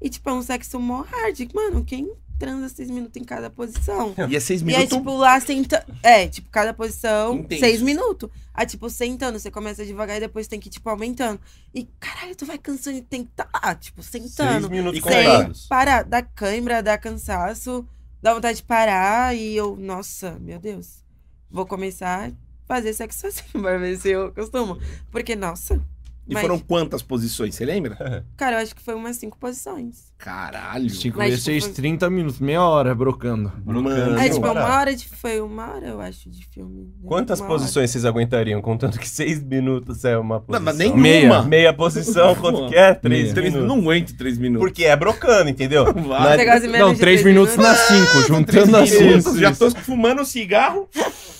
E, tipo, é um sexo mó hard. Mano, quem transa seis minutos em cada posição?
E é seis
E aí,
minutos.
tipo, lá senta. É, tipo, cada posição,
Intenso.
seis minutos. Aí, tipo, sentando, você começa devagar e depois tem que, tipo, aumentando. E caralho, tu vai cansando e tem que tá lá, tipo,
Seis
sentando.
minutos
E
Sem
contados.
parar. Dá cãibra, dá cansaço, dá vontade de parar. E eu, nossa, meu Deus. Vou começar a fazer sexo assim, pra ver se eu costumo. Porque, nossa.
E
mas,
foram quantas posições, você lembra?
cara, eu acho que foi umas cinco posições.
Caralho.
5
Mas,
vezes 6,
tipo,
30 minutos, meia hora brocando.
Mano.
Aí,
Não,
tipo,
cara.
uma hora de. Foi uma hora, eu acho, de filme. né?
Quantas
Uma hora.
posições vocês aguentariam? Contando que seis minutos é uma posição.
Não, mas nenhuma.
Meia.
Meia posição, quanto que é? Três
Meia.
Três-
minutos.
não aguento três minutos.
Porque é brocando, entendeu?
Vai.
Você gosta de menos
Não, é 3
de três
minutos na 5, juntando as
minutos.
5.
Isso, já tô fumando cigarro,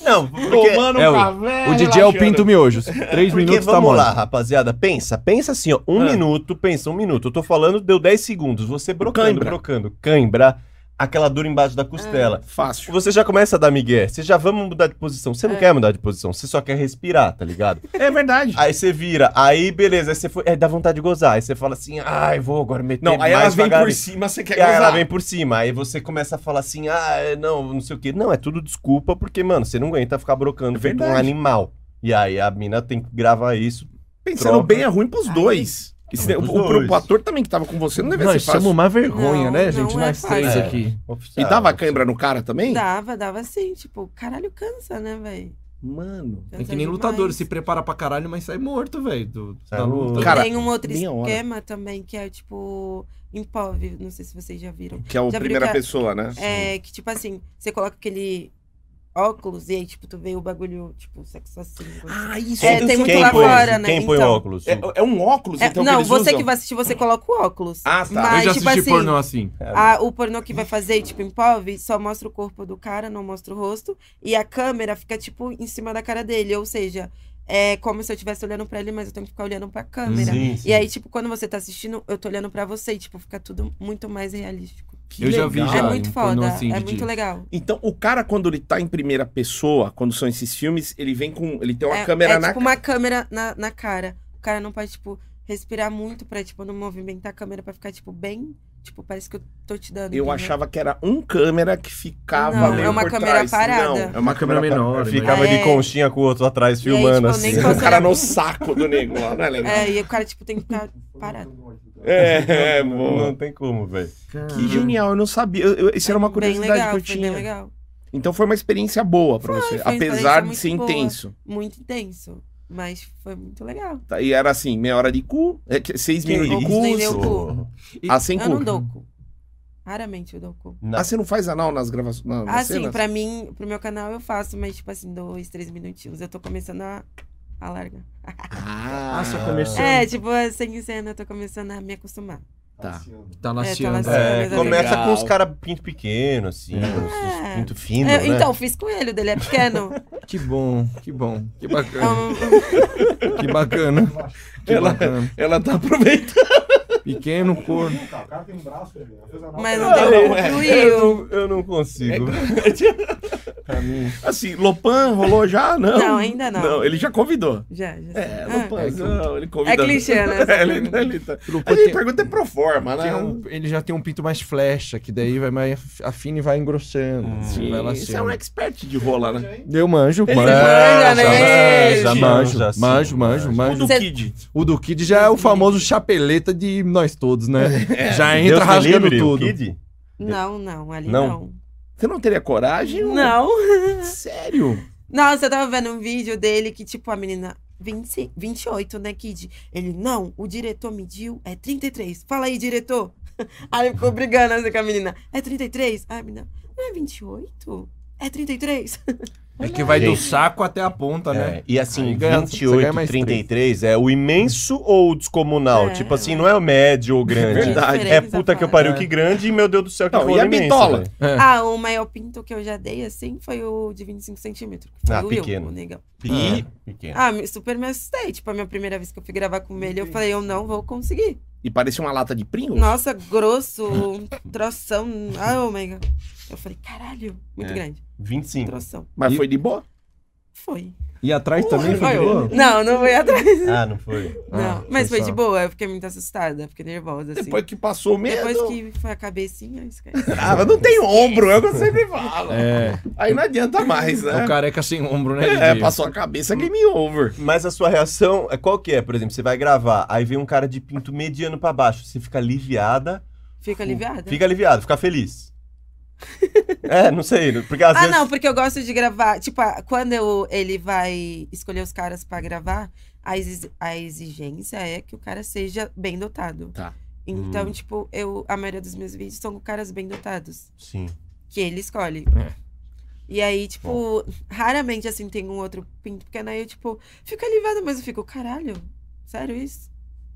Não, porque...
tomando
é,
um
o-
café.
O Didi é o
relaxando.
Pinto Miojos. 3
Porque
minutos tá
vamos
mole.
lá, rapaziada, pensa, pensa assim, ó, um
Ah.
minuto, pensa, um minuto. Eu tô falando, deu 10 segundos, você brocando,
Cãibra.
brocando, cãibra, aquela dura embaixo da costela.
Fácil.
Você já começa a dar migué, você já vamos mudar de posição.
É.
Você não quer mudar de posição, você só quer respirar, tá ligado?
É verdade.
Aí você vira, aí beleza, aí você foi, aí dá vontade de gozar, aí você fala assim, ai, vou agora meter
é
Não, aí
mais
elas vêm por
devagarinho."
cima, você quer
E aí ela
gozar.
vem por cima, aí você começa a falar assim, ah, é, não, não sei o quê. Não, é tudo desculpa, porque, mano, você não aguenta ficar brocando
É
feito um
verdade.
animal. E aí a mina tem que gravar isso.
Pensando
troca.
bem, é ruim pros dois.
é
Esse,
Não,
o,
pros
o- pro-
dois.
pro ator também que tava com você não devia
Nós
ser fácil.
somos é uma vergonha,
Não,
né,
não
gente?
é
Nós
fácil.
três
É.
aqui.
E né?
Oficial.
dava cãibra no cara também?
Dava, dava sim. Tipo, caralho, cansa, né, velho?
Mano.
É que nem lutador, se prepara pra caralho, mas sai morto, velho. do-
Sai
da
morto.
luta.
Cara,
Tem um outro
meia hora.
esquema também, que é, tipo, Impov. Não sei se vocês já viram.
Que é o
Já viu
primeira
que a-
pessoa, né?
É que, tipo assim, você coloca aquele óculos e aí, tipo, tu vê o bagulho, tipo, sexo assim.
Ah, isso.
É,
eu
tem
sei.
muito lá
põe,
fora, né?
Quem põe
Então.
óculos?
É, é um óculos,
É,
então, que
não,
eles
você
usam?
que vai assistir, você coloca o óculos.
Ah, tá.
Mas,
Eu já
tipo
assisti
assim,
pornô assim.
a- o pornô que vai fazer, tipo, em POV, só mostra o corpo do cara, não mostra o rosto. E a câmera fica, tipo, em cima da cara dele. Ou seja, é como se eu estivesse olhando pra ele, mas eu tenho que ficar olhando pra câmera.
Sim, sim.
E aí, tipo, quando você tá assistindo, eu tô olhando pra você e, tipo, fica tudo muito mais realístico.
Que
Eu já vi
legal.
já.
é muito
um pornô
foda,
assim,
é
Didi.
muito legal.
Então, o cara, quando ele tá em primeira pessoa, quando são esses filmes, ele vem com. Ele tem uma
é,
Então, câmera
é,
na.
tipo uma câmera na, na cara. O cara não pode, tipo, respirar muito pra, tipo, não movimentar a câmera pra ficar, tipo, bem. Tipo, parece que eu tô te dando.
Eu
entendeu?
achava que era um câmera que ficava
Não,
ali
é uma
por
câmera
trás.
parada.
Não, é uma câmera
câmera menor,
menor.
né?
Ficava
É.
de conchinha com o outro atrás
E aí,
filmando
tipo, nem
assim.
O cara no
Funcionava.
saco do nego lá, não é legal?
É, e o cara, tipo, tem que ficar parado.
É, é
Não,
boa.
tem como, velho.
Que genial, eu não sabia. Eu- eu- isso era uma
Uhum. Bem
curiosidade
legal,
que eu
foi bem
tinha.
legal.
Então foi uma experiência boa pra você,
foi uma
apesar
experiência
de ser
muito boa.
intenso.
Muito intenso. Mas foi muito legal.
Tá, E era assim, meia hora de cu, é, que- seis
Que
minutos de
isso?
cu,
Nem deu cu.
ah, sem
Eu não
cu.
dou cu. Raramente eu dou cu.
Ah, você não faz anal nas gravações? na- nas
Ah, sim,
cenas?
pra mim, pro meu canal eu faço, mas tipo assim, dois, três minutinhos. Eu tô começando a, a largar.
Ah,
só comercial.
É, tipo, sem assim, cena, eu tô começando a me acostumar.
Tá.
Tá
É, tá
nascendo.
nascendo.
É,
Mas é
começa
legal.
com os caras pinto pequeno, assim, uns- uns pinto fino,
Eu-
né?
Então, fiz com ele, o dele é pequeno.
Que bom, que bom. Que
É
bacana.
um-
que bacana. Que
Ela-
bacana.
Ela tá aproveitando.
Pequeno corno.
O cara tem um braço, velho. Às vezes a nota-
mas não
Ah,
deu
eu,
pra
eu
concluir.
não, eu não consigo.
É,
Pra mim,
Assim, Lopan rolou já? Não.
Não, ainda não.
Não, ele já convidou.
Já, já. sei.
É,
Ah,
Lopan,
É,
não, ele convidou.
É clichê, né, essa
É, ele,
pergunta.
ele tá-
Lupa
A gente
tem-
pergunta é pro forma, né?
tem um- ele já tem um pinto mais flecha, que daí vai mais afina e vai engrossando. assim,
Sim,
vai
Você é um
laceando.
expert de rola, né?
Eu manjo, manjo.
é manja, né?
Já
Ele
manjo,
manja, sim,
manjo,
O
manjo,
do
manjo.
Cê-
Kid.
O do Kid já é o famoso chapeleta de nós todos, né? Já entra
Deus me
rasgando
livre, o
tudo.
Kid?
Não, não, ali
Não?
não.
Você não teria coragem?
Não.
Sério?
Nossa, eu tava vendo um vídeo dele que, tipo, a menina. 20, 28, né, Kid? Ele, não, o diretor mediu, é 33. Fala aí, diretor. Aí ele ficou brigando assim com a menina. É 33? Ai, menina, não é 28? É 33?
É que vai do
Gente.
saco até a ponta, né?
É, e assim,
Aí ganha- você
28,
ganha mais
33 é o imenso ou o descomunal?
É.
tipo assim, não é o médio ou o grande.
Verdade.
É
Diferença,
puta que eu
fala.
pariu, que grande, e meu Deus do céu, que né?
Não,
rolo
e a
imenso,
bitola?
velho.
Ah, o maior pinto que eu já dei, assim, foi o de 25 centímetros. que Foi
Ah,
o Will,
pequeno.
o negão.
É.
E pequeno.
Ah, me- super me assustei. Tipo, a minha primeira vez que eu fui gravar com ele, eu
Hum.
falei, eu não vou conseguir.
E parecia uma lata de Pringles?
Nossa, grosso, um troção. Ah, Ai, ômega. Eu falei, caralho, muito
É.
grande. um
25.
Troção.
Mas
E-
foi de boa?
Foi. um.
E atrás também foi de boa?
Não, não foi atrás.
Ah, não foi.
Ah,
não. Mas foi
só.
de boa, eu fiquei muito assustada, fiquei nervosa, assim.
Depois que passou mesmo.
Depois que foi a cabecinha, esquece.
Ah, mas não tem ombro, é o que eu sempre falo.
É.
Aí não adianta mais,
É o
né?
careca sem ombro, né?
É,
Didi?
passou a cabeça, game over.
Mas a sua reação, é qual que é? Por exemplo, você vai gravar, aí vem um cara de pinto mediano pra baixo, você fica aliviada.
Fico aliviada.
Tipo, Fica aliviado, fica feliz. é, não sei, porque às
ah,
vezes...
não, porque eu gosto de gravar. Tipo, a- quando eu- ele vai escolher os caras pra gravar, a, exi- a exigência é que o cara seja bem dotado.
Tá.
Então,
Hum.
tipo, eu, a maioria dos meus vídeos são com caras bem dotados.
Sim.
que ele escolhe.
É.
E aí, tipo, raramente assim tem um outro pinto pequeno, aí eu, tipo, fico aliviada, mas eu fico, caralho, sério isso?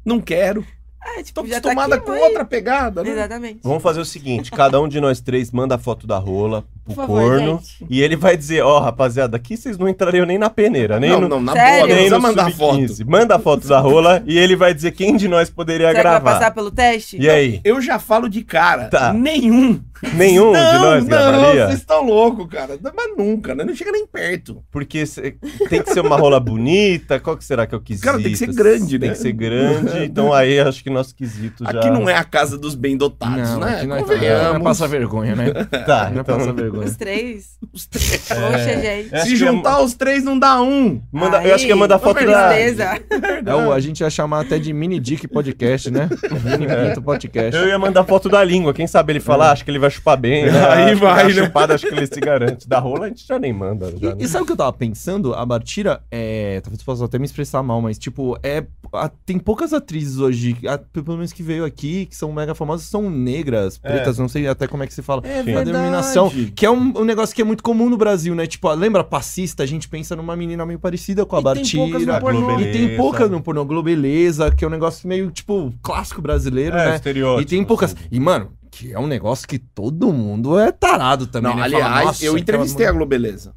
Não quero.
Ah, tipo,
Tô
já tá
acostumada
aqui,
com
mas-
outra pegada, né?
Exatamente.
Vamos fazer o seguinte, cada um de nós três manda a foto da rola pro
Por favor,
corno.
gente.
E ele vai dizer, ó, rapaziada, aqui vocês não entrariam nem na peneira, nem
não,
no...
não, na
Sério?
boa, não
Nem
precisa
no
mandar foto.
sub-15. Manda a foto da rola e ele vai dizer quem de nós poderia
Será que vai
gravar.
passar pelo teste?
E aí?
Eu já falo de cara,
Tá.
nenhum.
Nenhum de nós
não,
gravaria?
vocês estão loucos, cara. Mas nunca, né? Não chega nem perto.
Porque cê- tem que ser uma rola bonita. Qual que será que é o quesito?
Cara, tem que ser grande,
Tem
né?
que ser grande. Então aí acho que nosso quesito já.
Aqui não é a casa dos bem dotados,
Não,
né?
aqui não é, não é
Convenhamos.
passa vergonha, né?
Tá,
Não é
então.
passa vergonha.
Os três?
Os três.
Poxa, gente.
É. Acho
Se
que
juntar os três, não dá um.
Manda, eu acho que é
Aí,
mandar
que
foto da.
tristeza.
É o, a gente ia chamar até de mini dick podcast, né? Mini pinto
Eu
podcast.
ia mandar foto da língua. Quem sabe ele falar, acho que ele vai chupar bem. né?
Aí
Acho que
vai,
a
né?
chupada, acho que ele se garante. Da rola a gente já nem manda. já, né?
E, e sabe o que eu tava pensando? A Bartira é. Talvez eu possa até me expressar mal, mas, tipo, é. a- tem poucas atrizes hoje, a- pelo menos que veio aqui, que são mega famosas, são negras, pretas, não sei até como é que se fala.
É
A
verdade.
denominação, que é um, um negócio que é muito comum no Brasil, né? Tipo, ah, lembra passista? A gente pensa numa menina meio parecida com a
E tem
Bartira.
poucas
é
no
a
pornô.
Globo
E tem
Beleza.
poucas no pornô Globeleza, que é um negócio meio, tipo, clássico brasileiro,
É,
né?
estereótipo.
E tem poucas.
assim.
E, mano, que é um negócio que todo mundo é tarado também.
Não,
né? Fala,
aliás,
"Nossa,
eu
aquela
entrevistei a
mulher-"
Globeleza.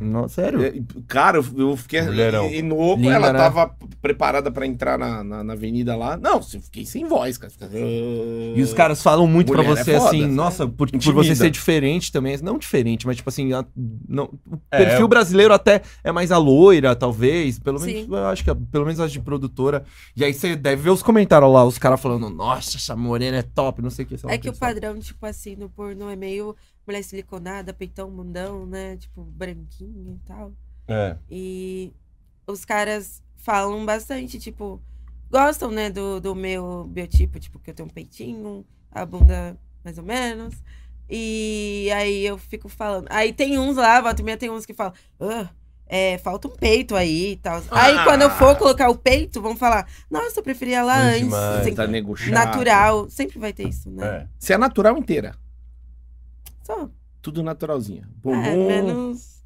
Não, sério?
É, Cara, eu- eu fiquei
Mulherão.
e- inoco,
Linda,
ela
né?
tava p- preparada pra entrar na, na, na avenida lá. Não, eu fiquei sem voz, cara. Fica- "Ah,
E os caras falam muito pra
Mulher é
você
foda,
assim,
né?
nossa, por, por
Intimida.
você ser diferente também, não diferente, mas tipo assim, a- não- o
É,
perfil
eu-
brasileiro até é mais a loira, talvez, pelo menos
Sim.
eu acho que é- pelo menos as de produtora. E aí você deve ver os comentários lá, os caras falando, nossa, essa morena é top, não sei o que. sei lá
É que o
eles falam.
padrão, tipo assim, no pornô é meio mulher siliconada, peitão, mundão, né? Tipo, branquinho e tal.
É.
E os caras falam bastante, tipo, gostam, né, do, do meu biotipo, tipo, que eu tenho um peitinho, a bunda mais ou menos. E aí eu fico falando. Aí tem uns lá, volta e meia tem uns que falam, "Ah, é, falta um peito aí e tal. Aí quando eu for colocar o peito, vão falar, nossa, eu preferia lá
Bom
antes.
demais.
Tá
sempre-
nego chato.
natural. Sempre vai ter isso, né?
é.
Você é natural inteira.
Só.
Tudo naturalzinho.
É,
Bumbum.
menos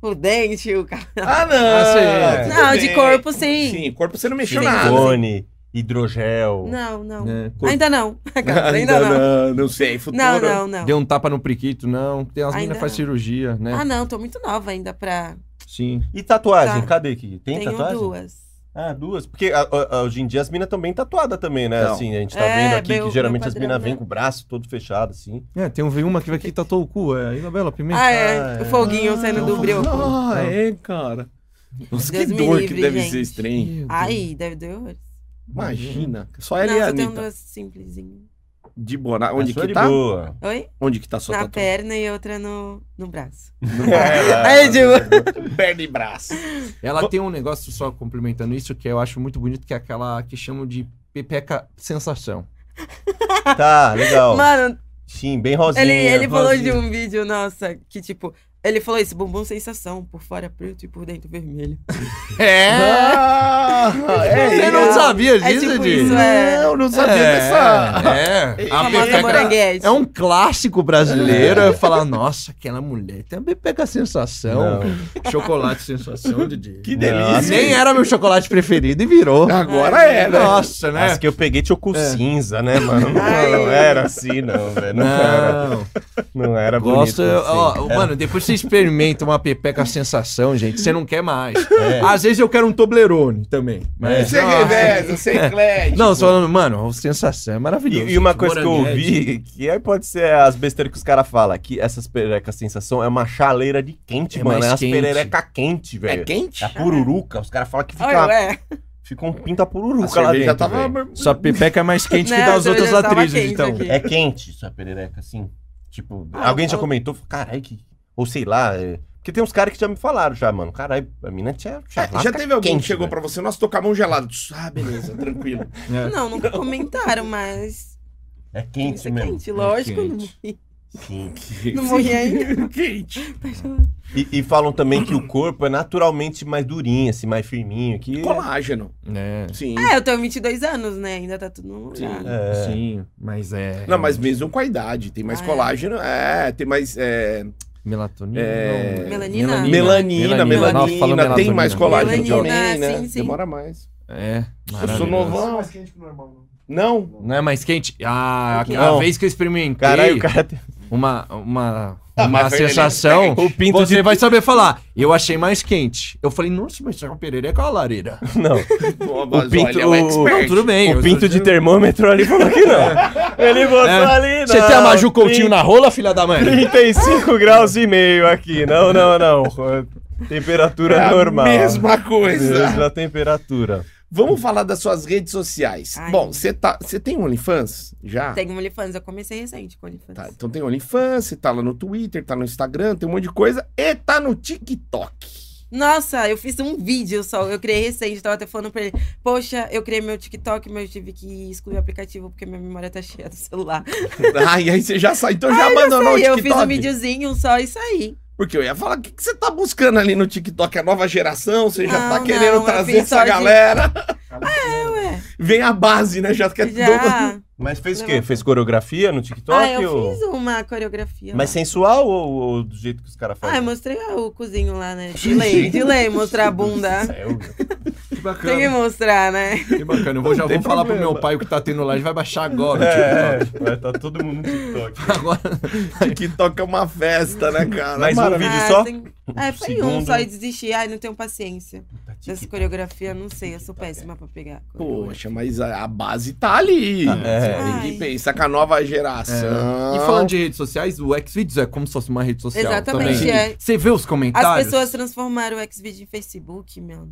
o dente, o cara.
Ah,
Ah, sim, é.
não! tudo
Não, de
bem.
corpo sim.
Sim, corpo você não mexeu
Sim.
nada.
Silicone, hidrogel.
Não, não.
É, co-
Ainda não. Ainda,
Ainda
não.
não, não sei, futuro.
Não, não, não.
Deu um tapa no priquito, não. Tem as
Ainda
meninas que fazem
não.
cirurgia, né?
Ah, não, tô muito nova ainda pra.
Sim.
E tatuagem?
Tá.
Cadê aqui? Tem
Tenho
tatuagem?
duas.
Ah, duas. Porque a- a- a- hoje em dia as minas estão bem tatuadas também, né?
Então.
Assim, a gente tá
É,
vendo aqui
meu-
que
meu
geralmente as
padrão,
minas vêm
né?
com o braço todo fechado, assim.
É, tem um, uma que vai aqui e tatuou o cu, é a Isabela Pimenta.
Ah, é.
é.
O foguinho saindo do brioco.
Ah, é, cara. Nossa, que
Deus me
dor que
livre,
deve
gente.
ser esse trem.
Aí, deve doer horrores.
Imagina. Só ela
Não,
e a
só tenho
Anitta.
duas simplesinhas.
De boa. na-
A
Onde
sua é
que
de
tá?
boa.
Oi?
Onde que tá sua
Na
tatuagem?
perna e outra no, no braço.
É,
Aí, Dilma.
Perna e braço.
Ela tem um negócio, só complementando isso, que eu acho muito bonito, que é aquela que chamam de pepeca sensação.
Tá, legal.
Mano,
Sim, bem rosinha.
ele, ele falou de
rosinha.
um vídeo, nossa, que tipo. Ele falou isso, bumbum sensação, por fora preto e por dentro vermelho.
É!
é,
Você
é,
não
isso.
sabia
É
disso,
tipo
Di?
isso, é.
Eu não sabia dessa.
É,
A
a
famosa
pepeca...
moranguete.
É um clássico brasileiro. É. Falar, nossa, aquela mulher tem a pepeca sensação. Chocolate sensação, Didi.
Que
Não,
delícia.
Nem era meu chocolate preferido e virou.
Agora é, né?
Nossa, né?
Acho que eu peguei tinha o cu
É.
cinza, né, mano? Não,
Ai.
não era assim, não, velho. Não, era.
Não.
Não era bonito.
Gosto.
assim.
ó, Mano, depois você experimenta uma pepeca sensação, gente, você não quer mais.
É.
Às vezes eu quero um Toblerone também. Mas,
Você é
Nossa.
reverso, você é eclético.
Não, só falando, mano, a sensação é
E,
maravilhosa.
e uma coisa que eu
Moranguete.
ouvi, que aí pode ser as besteiras que os caras falam, que essas pererecas sensação é uma chaleira de quente,
É
mano.
mais
É umas
quente.
pererecas quente,
É
velho.
quente?
É a pururuca, os caras falam que
Olha,
fica,
ué.
fica um pinta
A
pururuca lá
cerveja
dentro.
tava...
velho.
Sua pepeca é mais quente que
Né,
das
eu
outras
já tava
atrizes,
quente
então.
aqui.
É quente sua perereca, assim. Tipo,
Ah,
alguém já
eu-
comentou, falou, carai, que. Ou sei lá. é- Porque tem uns caras que já me falaram já, mano. Carai, a mina tinha.
É, já teve alguém que chegou
pra.
pra você, nossa, tô com a mão gelada. Ah, beleza, tranquilo.
É.
Não, nunca comentaram, mas.
É
Isso
quente
é
mesmo.
quente, lógico. não
quente.
morri.
Sim.
Não morri ainda.
Quente.
E, e falam também que o corpo é naturalmente mais durinho, assim, mais firminho. Que
Colágeno.
É.
Sim.
É, eu tenho 22 anos, né? Ainda tá tudo no lugar.
Sim.
É.
Sim, mas é.
Não, mas mesmo com a idade. Tem mais
um Ah, é.
colágeno. É, tem mais... é,
Melatonina.
É.
não.
Melanina?
Melanina, melanina,
Nossa, falando
tem mais colágeno
Melanina,
também, né?
sim, sim.
Demora mais.
É.
Eu sou
maravilhoso.
Não
novão.
é mais quente que o normal, não.
Não?
Não é mais quente? Ah, aquela
Não.
vez que eu experimentei
Caralho, o cara tem.
uma, uma,
Ah,
uma
mas foi
sensação,
elegante.
o pinto você vai saber falar. Eu achei mais quente. Eu falei, nossa, mas a perereca é uma lareira.
Não.
O
pinto-
Não, tudo bem.
O
eu-
um pinto
eu-
de termômetro ali falou que não. Ele botou
É.
ali, não.
Você tem a Maju Coutinho na rola, filha da mãe?
35 graus e meio aqui. Não, não, não. Temperatura
É a
normal. É.
mesma coisa.
Mesma temperatura.
Vamos falar das suas redes sociais.
Ai.
Bom, você tá, você tem OnlyFans já?
Tem um OnlyFans, eu comecei recente com OnlyFans.
Tá, então tem OnlyFans, você tá lá no Twitter, tá no Instagram, tem um monte de coisa e tá no TikTok.
Nossa, eu fiz um vídeo só, eu criei recente, tava até falando pra ele, poxa, eu criei meu TikTok, mas eu tive que excluir o aplicativo porque minha memória tá cheia do celular.
Ai, aí você já saiu, então já abandonou
Aí
o
eu
TikTok.
fiz um videozinho só e saí.
Porque eu ia falar, o que, que você tá buscando ali no TikTok? A É nova geração? Você já
Não, é
tá querendo
não, eu
trazer
fiz
essa
só de-
galera?
É, ué.
Vem a base, né? Já quer
Já.
Mas fez o
Não.
quê? Fez coreografia no TikTok?
ah, eu
ou-
fiz uma coreografia.
Mas
lá.
sensual ou, ou do jeito que os caras
Ah, eu
fazem?
mostrei o cozinho lá, né? De lei, de lei, mostrar a bunda.
Que
Tem que
bacana,
mostrar, né?
que bacana. Eu vou, já vou
tem
falar pro
problema.
meu pai o que tá tendo lá, a gente vai baixar agora.
É, vai tá todo mundo no TikTok.
tipo, agora
do TikTok é uma festa, né, cara?
Mas um vídeo
ah,
só?
tem- É, foi um
Segundo.
só e desisti. Ai, não tenho paciência. Dessa coreografia, não sei, eu sou péssima pra pegar. coreografia.
Poxa, mas a, a base tá ali.
é.
Ninguém
Ai.
pensa com a nova geração.
E falando de redes sociais, o Xvideos é como se fosse uma rede social.
Exatamente,
também.
é.
Você vê os comentários?
As pessoas transformaram o Xvideo em Facebook, meu.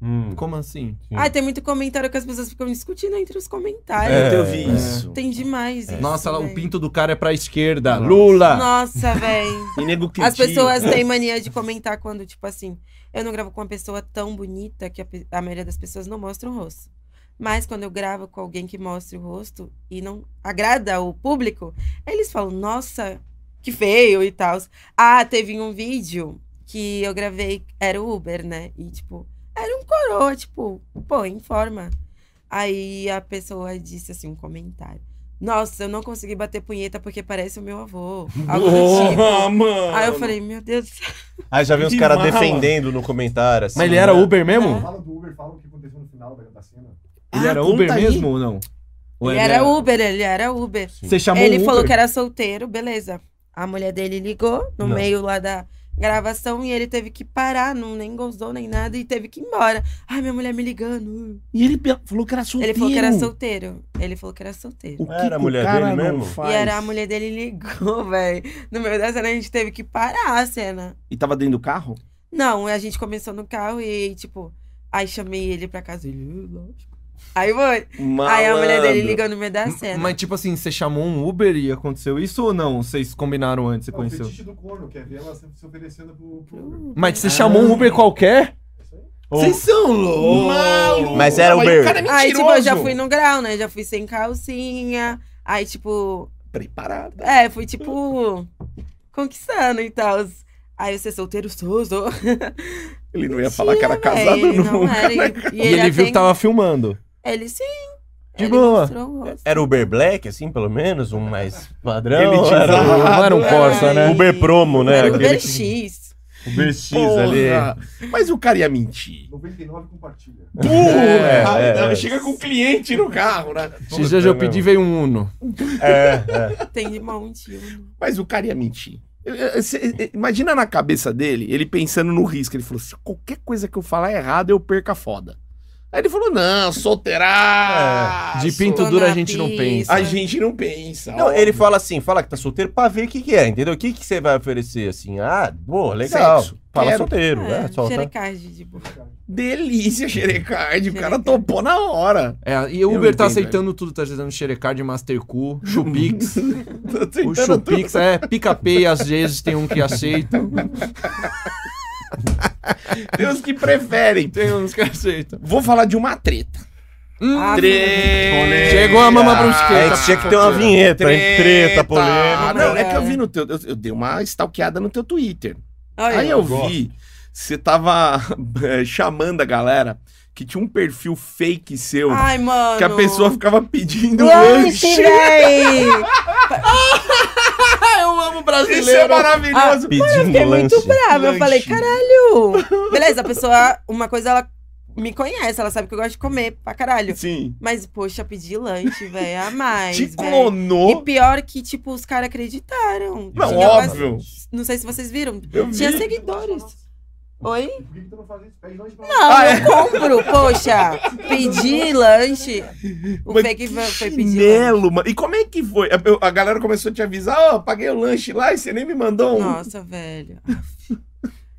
Hum.
Como assim?
Ai, tem muito comentário que as pessoas ficam discutindo entre os
É,
comentários.
eu vi
É.
isso.
Tem demais isso.
Nossa, lá, o
véi.
pinto do cara é pra esquerda.
Nossa.
Lula!
É, Nossa, véi.
E nego critica.
As pessoas têm mania de comentar quando, tipo assim, eu não gravo com uma pessoa tão bonita que a, pe- a maioria das pessoas não mostra o rosto. Mas quando eu gravo com alguém que mostra o rosto e não agrada o público, eles falam, nossa, que feio e tal. Ah, teve um vídeo que eu gravei, era o Uber, né? E tipo, era um coroa, tipo, pô, informa. Aí a pessoa disse assim, um comentário. Nossa, eu não consegui bater punheta porque parece o meu avô. Algo do tipo.
Porra, mano.
Aí eu falei, meu Deus do céu.
Aí Ah, já vi uns
Que
caras
mala.
defendendo no comentário, assim.
Mas ele era
né?
Uber mesmo?
Fala do Uber, fala o que aconteceu no final da, da cena.
Ele
Ah,
era
conta
Uber
aí.
mesmo ou não? Ou é
Ele era Uber, ele era Uber.
Você chamou o
ele
Uber?
falou que era solteiro, beleza. A mulher dele ligou no
Não.
meio lá da gravação e ele teve que parar, não, nem gozou nem nada e teve que ir embora. Ai, minha mulher me ligando.
E ele pe- falou que era solteiro.
Ele falou que era solteiro. Ele falou que era solteiro.
O que
Era a
que o
mulher
cara
dele
não
mesmo?
faz?
E era a mulher dele ligou, velho. No meio da cena a gente teve que parar a cena.
E tava dentro do carro?
Não, a gente começou no carro e, tipo, aí chamei ele pra casa. Ele, "Ah, lógico. Aí foi. Aí a mulher dele
Malandro.
ligou no meio da
M-
cena.
Mas tipo assim, você chamou um Uber e aconteceu isso ou não? Vocês combinaram antes, você
É o
conheceu?
fetiche do corno, que é ver ela se se oferecendo pro, pro Uber.
Mas você chamou um Uber qualquer?
É isso aí.
Ou-
Vocês são loucos!
Maluco,
Mas era
aí
Uber.
O cara é
Aí, tipo, eu já
mentiroso.
fui no grau, né? Já fui sem calcinha. Aí, tipo,
Preparada.
é, fui, tipo, conquistando e tal. Aí você solteiro, sou, sou.
Ele não ia falar que era
Tinha,
casado né?
véi,
nunca.
não era. E,
E
e
ele,
até-
viu que tava filmando.
Ele sim.
De
ele
boa.
mostrou o rosto.
Era Uber Black, assim, pelo menos? Um mais padrão?
Ele tinha
era
usado.
não era um
Ai.
Corsa, né?
Uber Promo, né?
Era o
Aquele
Uber
que-
X.
Uber X ali.
Porra. Mas o cara ia mentir. né?
99 compartilha.
É,
Porra,
é, é.
Chega com o cliente no carro, né?
Esses dias eu pedi veio um Uno.
É, é.
Tem de monte. um.
Mas o cara ia mentir. Eu- eu- eu- cê- eu- Imagina na cabeça dele, ele pensando no risco. Ele falou: se qualquer coisa que eu falar errado, eu perco a foda. Aí ele falou: não, solteirá.
De pinto
Tô
dura a
na
gente não
pista.
pensa.
A gente não pensa.
É, Não,
ó.
ele fala assim, fala que tá solteiro pra ver o que que é, entendeu? O que que você vai oferecer, assim? Ah, boa, legal.
Sexo.
Fala
Quero.
solteiro,
É,
né,
é,
tá.
solta.
xerecagem de boa.
Delícia, xerecard. O cara
Xerecard.
topou na hora.
É, e
Eu
o Uber tá
entendo,
aceitando tudo, tá aceitando Xerecard, Mastercu, Chupix.
Tô tentando
o Chupix, é, PicPay às vezes tem um que aceita.
Tem uns que preferem.
Tem uns que aceitam.
Vou falar de uma treta.
Hum,
Ah,
Treta.
Chegou a mama um brusqueta.
A gente tá. É, tinha que ter uma vinheta, hein? Treta, polêmica.
Ah, não, é
É.
que eu vi no teu. Eu, eu dei uma stalkeada no teu Twitter.
olha,
Aí eu vi. Você tava eh, chamando a galera que tinha um perfil fake seu.
Ai, mano.
que a pessoa um ficava pedindo
Lanche,
lanche.
véi!
Eu amo
Isso é maravilhoso.
Ah,
Pedindo
Fiquei
lanche.
muito brava.
Lanche.
Eu falei, caralho. Beleza, a pessoa, uma coisa, ela me conhece, ela sabe que eu gosto de comer pra caralho.
Sim.
Mas, poxa, pedi lanche, velho, a mais.
Te
véi. E
clonou.
pior que, tipo, os caras acreditaram.
Não,
Tinha bas-
óbvio.
Não sei se vocês viram.
Eu
Tinha
vi.
seguidores. Oi?
E Por que, que tu não faz isso? Pede lanche pra
Não,
Ah,
eu
é?
compro, poxa. Pedi lanche. O
Mas
fake
que
foi, foi pedir lanche.
chinelo, mano. E como é que foi? A, eu- a galera começou a te avisar, ó, paguei o lanche lá e você nem me mandou um. É,
Nossa, velho.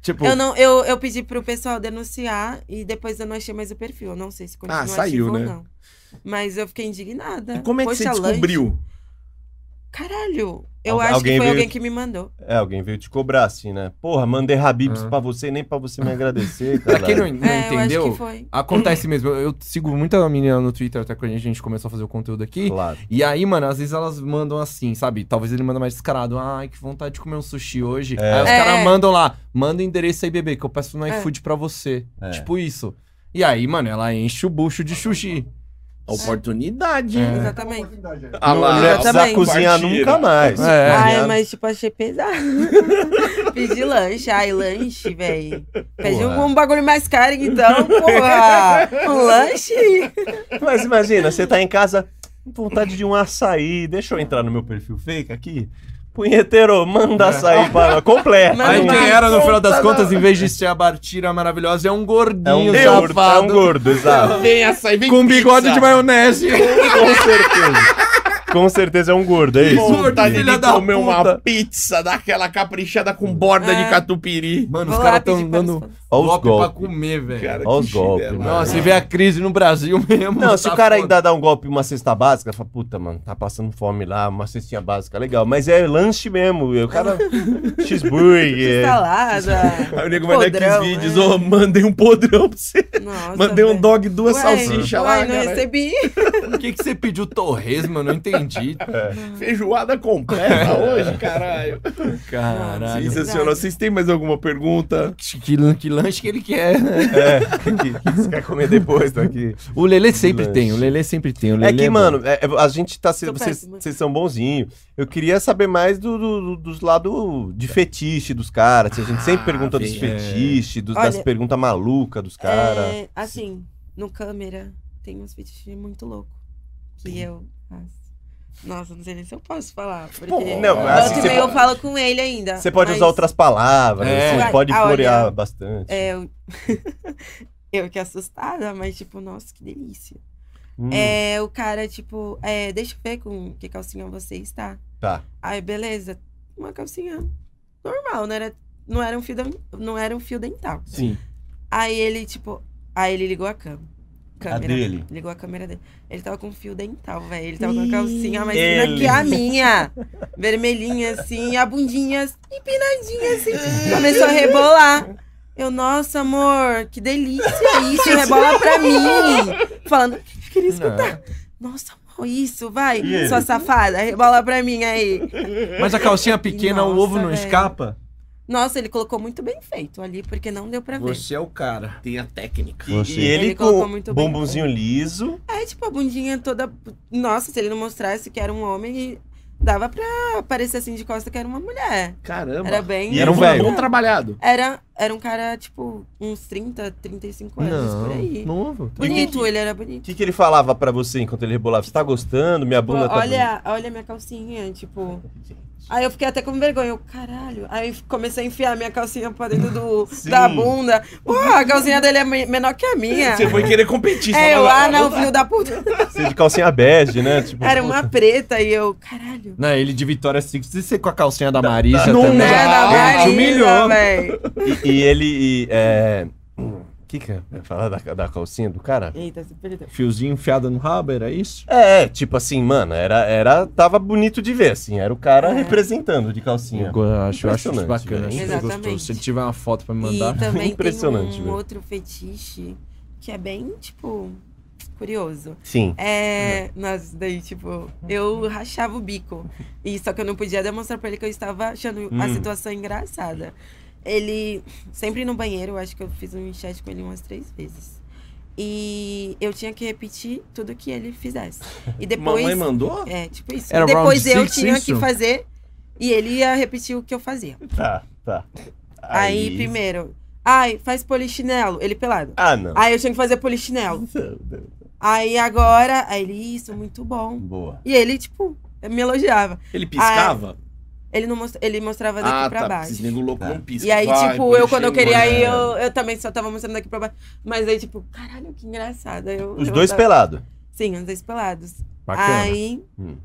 Tipo,
Eu, não, eu, eu pedi pro pessoal denunciar e depois eu não achei mais o perfil. Eu não sei se continua
Ah, saiu,
ativo
né?
ou não. Mas eu fiquei indignada.
E como é que
Poxa,
você
lanche.
descobriu?
Caralho, eu
Al-
acho
alguém
que foi
veio-
alguém que me mandou.
É, alguém veio te cobrar, assim, né? Porra, mandei Habibs
Ah.
pra você, nem pra você me agradecer,
pra
cara.
quem não, não
é, eu acho
entendeu,
que foi.
acontece mesmo. Eu eu sigo muita menina no Twitter, até quando a gente começou a fazer o conteúdo aqui.
Claro.
E aí, mano, às vezes elas mandam assim, sabe? Talvez ele manda mais descarado. Ai, que vontade de comer um sushi hoje. Aí os
É.
caras mandam lá, manda o endereço aí, bebê, que eu peço no
É.
iFood pra você.
É.
Tipo isso. E aí, mano, ela enche o bucho de sushi.
É.
A oportunidade.
É.
Exatamente.
Ah
não
lá,
não vai precisar
exatamente.
cozinhar
Compartilha.
nunca mais.
É.
Ai,
Cozinhar-
mas tipo, achei pesado. Pedi lanche. Ai, lanche, velho. Pede
Porra.
um, um bagulho mais caro, então, porra. Um lanche.
Mas imagina, você tá em casa, vontade de um açaí. Deixa eu entrar no meu perfil fake aqui. Punheteiro, manda
É.
açaí para completo.
Manda
Aí
Não é
quem
dá
era, no final das
conta,
contas, em vez de ser a Bartira maravilhosa, é um
É um
gordinho
gordo, é um
safado.
gordo, exato.
Vem açaí, vem
Com um bigode
pizza.
de maionese.
Com certeza. Com certeza é um gordo, é
Isso,
isso.
vontade
filha
de
da
comer uma
puta.
pizza daquela caprichada com borda de
É.
catupiry.
Mano, os
Vou
caras
lá pedir
tão
pra
dando
eles
Olha os
golpe pra
golpes.
comer, velho.
Cara,
Olha os
que
golpes,
chinelada.
mano.
Nossa, você vê a crise no Brasil mesmo.
Não, se
tá
o cara
foda.
ainda dá um golpe, uma cesta básica, fala, puta, mano, tá passando fome lá, uma cestinha básica, legal. Mas é lanche mesmo, e o cara.
É.
cheeseburger.
tá Salada.
Aí o nego vai dar
Podrão,
aqueles vídeos,
é.
ô, mandei um podrão pra você.
Nossa,
mandei um
velho.
dog e duas
Ué,
salsichas lá,
ué, não
cara.
recebi.
Por que, que você pediu torresmo? Eu não entendi.
Feijoada completa hoje, caralho.
Caralho.
Isso.
Sensacional. Vocês têm mais alguma pergunta?
Que, lan- que lanche que ele quer, né?
É, que, que você quer comer depois daqui?
O Lelê sempre
lanche.
tem, o Lelê sempre tem. O Lelê
É que,
bom.
mano, é- é- a gente tá. se-
Tô
Vocês
péssima.
vocês são bonzinhos. Eu queria saber mais do, do- do- dos lados de fetiche dos caras. A gente sempre
Ah,
pergunta dos
vem.
fetiches, dos- das
É. Olha-
perguntas malucas dos caras.
É, assim, no câmera tem uns fetiches muito loucos. Que eu faço. Nossa, não sei nem se eu posso falar. Porque
Pô,
não,
volta
assim,
e
você
meia eu
pode-
falo com ele ainda.
Você pode
é, mas,
usar outras palavras,
É.
você
Vai,
pode
ah, olha,
florear bastante.
É, eu... eu que assustada, mas tipo, nossa, que delícia.
Hum,
É, o cara, tipo, é, deixa eu ver com que calcinha você está.
Tá.
Aí, beleza. Uma calcinha normal, não era, não era, um, fio den- não era um fio dental.
Sim.
Aí ele, tipo. Aí ele ligou a cam- câmera.
dele?
Ligou a câmera dele. Ele tava com fio dental, velho. Ele tava com a calcinha mais
Ele.
fina que a minha. Vermelhinha, assim, e a bundinha empinadinha, assim. Começou a rebolar. Eu, nossa, amor, que delícia isso. Rebola pra mim. Falando, "Eu queria escutar. é Nossa, amor, isso, vai,
E ele?
sua safada, rebola pra mim aí.
Mas a calcinha pequena, o
Nossa,
ovo não
velho.
escapa?
Nossa, ele colocou muito bem feito ali, porque não deu pra ver.
é o cara.
Tem a técnica.
E, e ele,
Ele colocou
com
muito bem.
bumbumzinho liso.
É, tipo, a bundinha toda. Nossa, se ele não mostrasse que era um homem, dava pra parecer assim de costa que era uma mulher.
Caramba.
Era bem.
E
Era um
foi
velho.
bom trabalhado.
Era, era um cara, tipo, uns 30, 35 anos por aí.
novo.
Bonito, ele era
O
bonito.
que, que ele falava pra você enquanto ele rebolava? Você tá gostando? Minha
Pô,
bunda tá bonita."
olha, olha minha calcinha, tipo. Aí eu fiquei até com vergonha, eu, caralho. Aí comecei a enfiar minha calcinha pra dentro do,
Sim.
da bunda. Pô, a calcinha dele é me- menor que a minha.
Você foi querer competir.
Ah. É,
só
eu,
vai-
ah, não, filho da puta.
Você de calcinha bege, né? Tipo,
Era uma
puta.
preta e eu, caralho.
Não, ele de Vitória Secret. E você com a calcinha da Marisa
Não
também?
é,
Né, da
Ah,
Marisa,
humilhou.
velho.
E, e ele. e, é... O que, que é? é? Falar da, da calcinha do cara?
Eita, se perdeu.
Fiozinho enfiado no rabo, era isso?
É, tipo assim, mano, era, era. Tava bonito de ver, assim. Era o cara representando de calcinha.
Eu go- acho, eu acho isso
Impressionante,
bacana.
velho.
Acho isso gostoso.
Exatamente. Então-
Se ele tiver uma foto pra me
E
mandar.
também
Impressionante,
tem um
velho.
outro fetiche que é bem, tipo, curioso.
Sim.
É, nós daí, tipo, eu rachava o bico. E só que eu não podia demonstrar pra ele que eu estava achando a
Hum.
situação engraçada. Ele sempre no banheiro, eu acho que eu fiz um chat com ele umas três vezes. E eu tinha que repetir tudo que ele fizesse. E depois.
Mamãe mandou?
É, tipo isso.
Era
E depois
round
eu
six
tinha que
isso?
fazer e ele ia repetir o que eu fazia.
Tá, tá.
Aí, primeiro, ai, faz polichinelo, ele pelado.
Ah, não.
Aí eu tinha que fazer polichinelo. Aí agora, aí ele, isso, muito bom.
Boa.
E ele, tipo, me elogiava.
Ele piscava?
Ele, não most... ele mostrava Tá daqui pra baixo.
Ah, Esses tá. nego
Tá.
louco não pisca.
E aí,
Vai, né?
tipo,
põe
eu quando eu
cheio,
queria
mano.
ir, eu, eu também só tava mostrando daqui pra baixo. Mas aí, tipo, caralho, que engraçado. Aí Eu,
Os
eu
dois
tava-
pelados.
Sim, os dois pelados.
Bacana.
Aí.
Hum.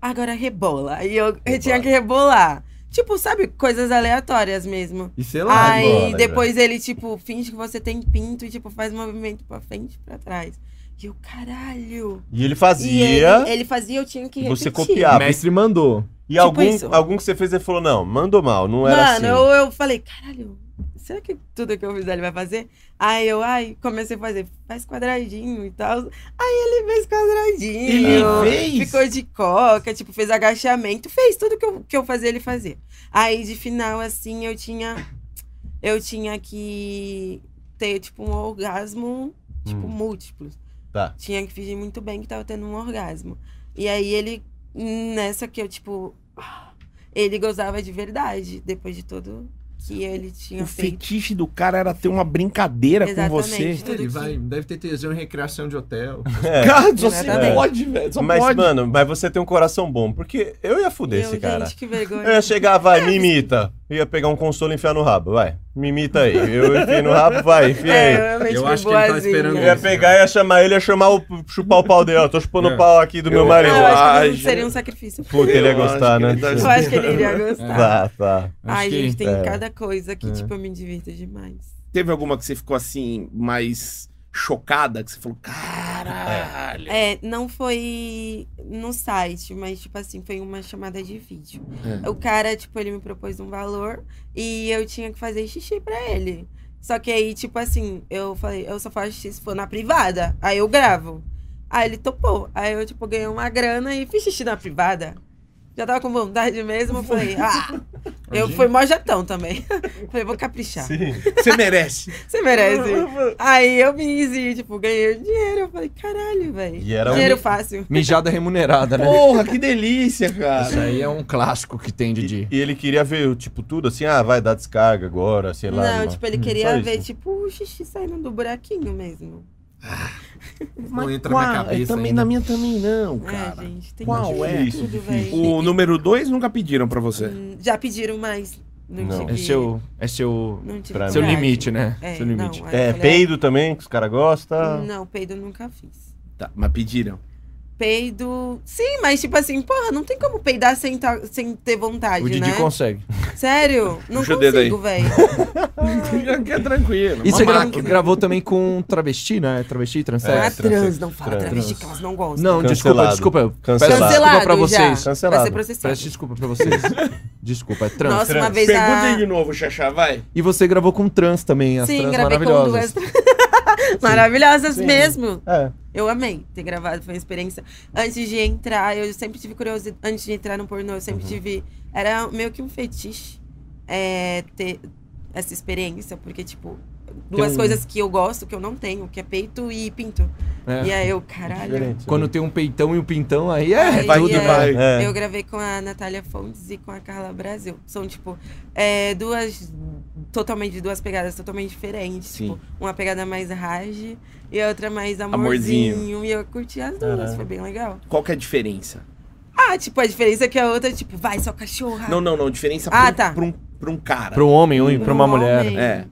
Agora rebola. Aí eu, eu
Rebola.
tinha que rebolar. Tipo, sabe, coisas aleatórias mesmo.
E sei lá.
Aí
bola,
depois ele, tipo, finge que você tem pinto e, tipo, faz movimento pra frente e pra trás. E eu, caralho.
E ele
E
fazia.
ele, ele fazia, eu tinha que
E
repetir.
você copiava.
o mestre mandou.
E
tipo
algum,
isso.
algum que você fez, ele falou: não, mandou mal, não era
Mano,
assim.
eu, eu falei, caralho, será que tudo que eu fizer ele vai fazer? Aí eu, ai, comecei a fazer, faz quadradinho e tal. Aí ele fez quadradinho.
Ele fez?
Ficou de coca, tipo, fez agachamento, fez tudo que eu, que eu fazia ele fazer. Aí de final, assim, eu tinha. Eu tinha que ter, tipo, um orgasmo, tipo, múltiplos.
Hum. Tá.
Tinha que fingir muito bem que tava tendo um orgasmo. E aí ele, nessa que eu, tipo. Ele gozava de verdade, depois de tudo que ele tinha
O
feito.
fetiche do cara era ter uma brincadeira com
Exatamente.
você.
Tudo
é Ele
que-
vai, deve ter tesão em recreação de hotel.
Cara, só se
Exatamente.
pode, velho. Só
Mas,
pode.
mano, mas você tem um coração bom, porque eu ia fuder
Eu,
esse cara.
Gente, que vergonha.
Eu ia chegar, vai, me imita. Ia pegar um console e enfiar no rabo, vai. Me imita aí. Eu enfio no rabo, vai, enfia aí.
É, eu realmente
Eu
fui
acho que ele tá
boazinha.
esperando
Eu ia pegar, ia chamar ele, ia chamar o, chupar o pau dele. Ó, tô chupando o pau aqui do meu
Ah,
marido.
eu acho que
Ai,
não seria um sacrifício.
Puta, ele ia
Eu acho
gostar,
que
né?
ele dá-
Eu acho que ele iria gostar.
Tá, tá.
Ai,
Acho que-
gente, tem
é.
cada coisa que, tipo, eu me divirto demais.
Teve alguma que você ficou assim, mais chocada, que você falou, caralho.
É, não foi no site, mas, tipo assim, foi uma chamada de vídeo. O cara, tipo, ele me propôs um valor e eu tinha que fazer xixi pra ele. Só que aí, tipo assim, eu falei, eu só faço xixi se for na privada. Aí eu gravo. Aí ele topou. Aí eu, tipo, ganhei uma grana e fiz xixi na privada. Já tava com vontade mesmo, eu falei, ah! Eu fui mó jatão também. falei, vou caprichar.
É.
Você merece.
Você merece. Aí eu me easy, tipo, ganhei o dinheiro. Eu falei, caralho, velho.
E era um-
Dinheiro fácil.
Mijada remunerada, né?
Porra, que delícia,
Isso
cara.
aí é um clássico que tem,
E,
Didi.
e ele queria ver, tipo, tudo assim, ah, vai dar descarga agora, sei lá.
não,
numa-
tipo, ele
Hum, só
queria
isso.
ver, tipo, o xixi saindo do buraquinho mesmo.
Não entra
Uau,
na cabeça
também,
ainda.
na minha também não,
É,
cara.
gente, tem
qual
tudo,
é?
tudo, velho.
o número dois nunca pediram pra você.
Hum, Já pediram, mas não,
Não.
tive.
É seu, é seu,
não tive
pra mim.
seu
coragem.
limite, né?
É,
seu limite.
Não, aí eu
É,
falei,
peido também, que os caras
ah,
gostam.
Não, peido eu nunca fiz.
Tá, mas pediram.
Peido. Sim, mas tipo assim, porra, não tem como peidar sem, ta- sem ter vontade,
o Didi
né?
consegue.
Sério? Não
Puxa o dedo
consigo, velho.
Que é tranquilo.
E
Isso
você
é
gra-
máquina.
gravou também com travesti, né? Travesti,
Não é
transexo?
trans, não fala
trans.
travesti que elas não gostam.
Não, desculpa,
Cancelado.
desculpa. eu Peço
Cancelado.
desculpa pra
É. Cancelado já.
vocês.
Vai ser
Cancelado.
processado.
Peço desculpa pra vocês. desculpa, é trans.
Nossa, uma vez
Pergunta aí
a...
de novo, Xaxá, vai.
E você gravou com trans também, as
Sim,
trans
gravei com
maravilhosas.
duas. maravilhosas mesmo.
É.
Eu amei ter gravado, foi uma experiência. Antes de entrar, eu sempre tive curiosidade. Antes de entrar no pornô, eu
Uhum.
sempre tive. Era meio que um fetiche é, ter essa experiência, porque, tipo, duas
um-
coisas que eu gosto, que eu não tenho, que é peito e pinto.
É.
E aí eu, caralho.
Diferente. né?
Quando tem um peitão e um pintão, aí é
Aí
Vai
tudo,
que
é-
né?
vai.
É.
Eu gravei com a Natália Fontes e com a Carla Brasil. São, tipo, é, duas. Totalmente duas pegadas totalmente diferentes.
Sim.
Tipo, uma pegada mais rage e a outra mais
Amorzinho.
amorzinho. E eu curti as duas, foi bem legal.
Qual que é a diferença?
Ah, tipo, a diferença é que a outra é tipo, vai, só cachorra.
Não, não, não. Diferença
Ah,
pra um-
tá.
pra, um, pra um cara.
Pra um homem um e pra uma
Um
mulher.
homem.
É.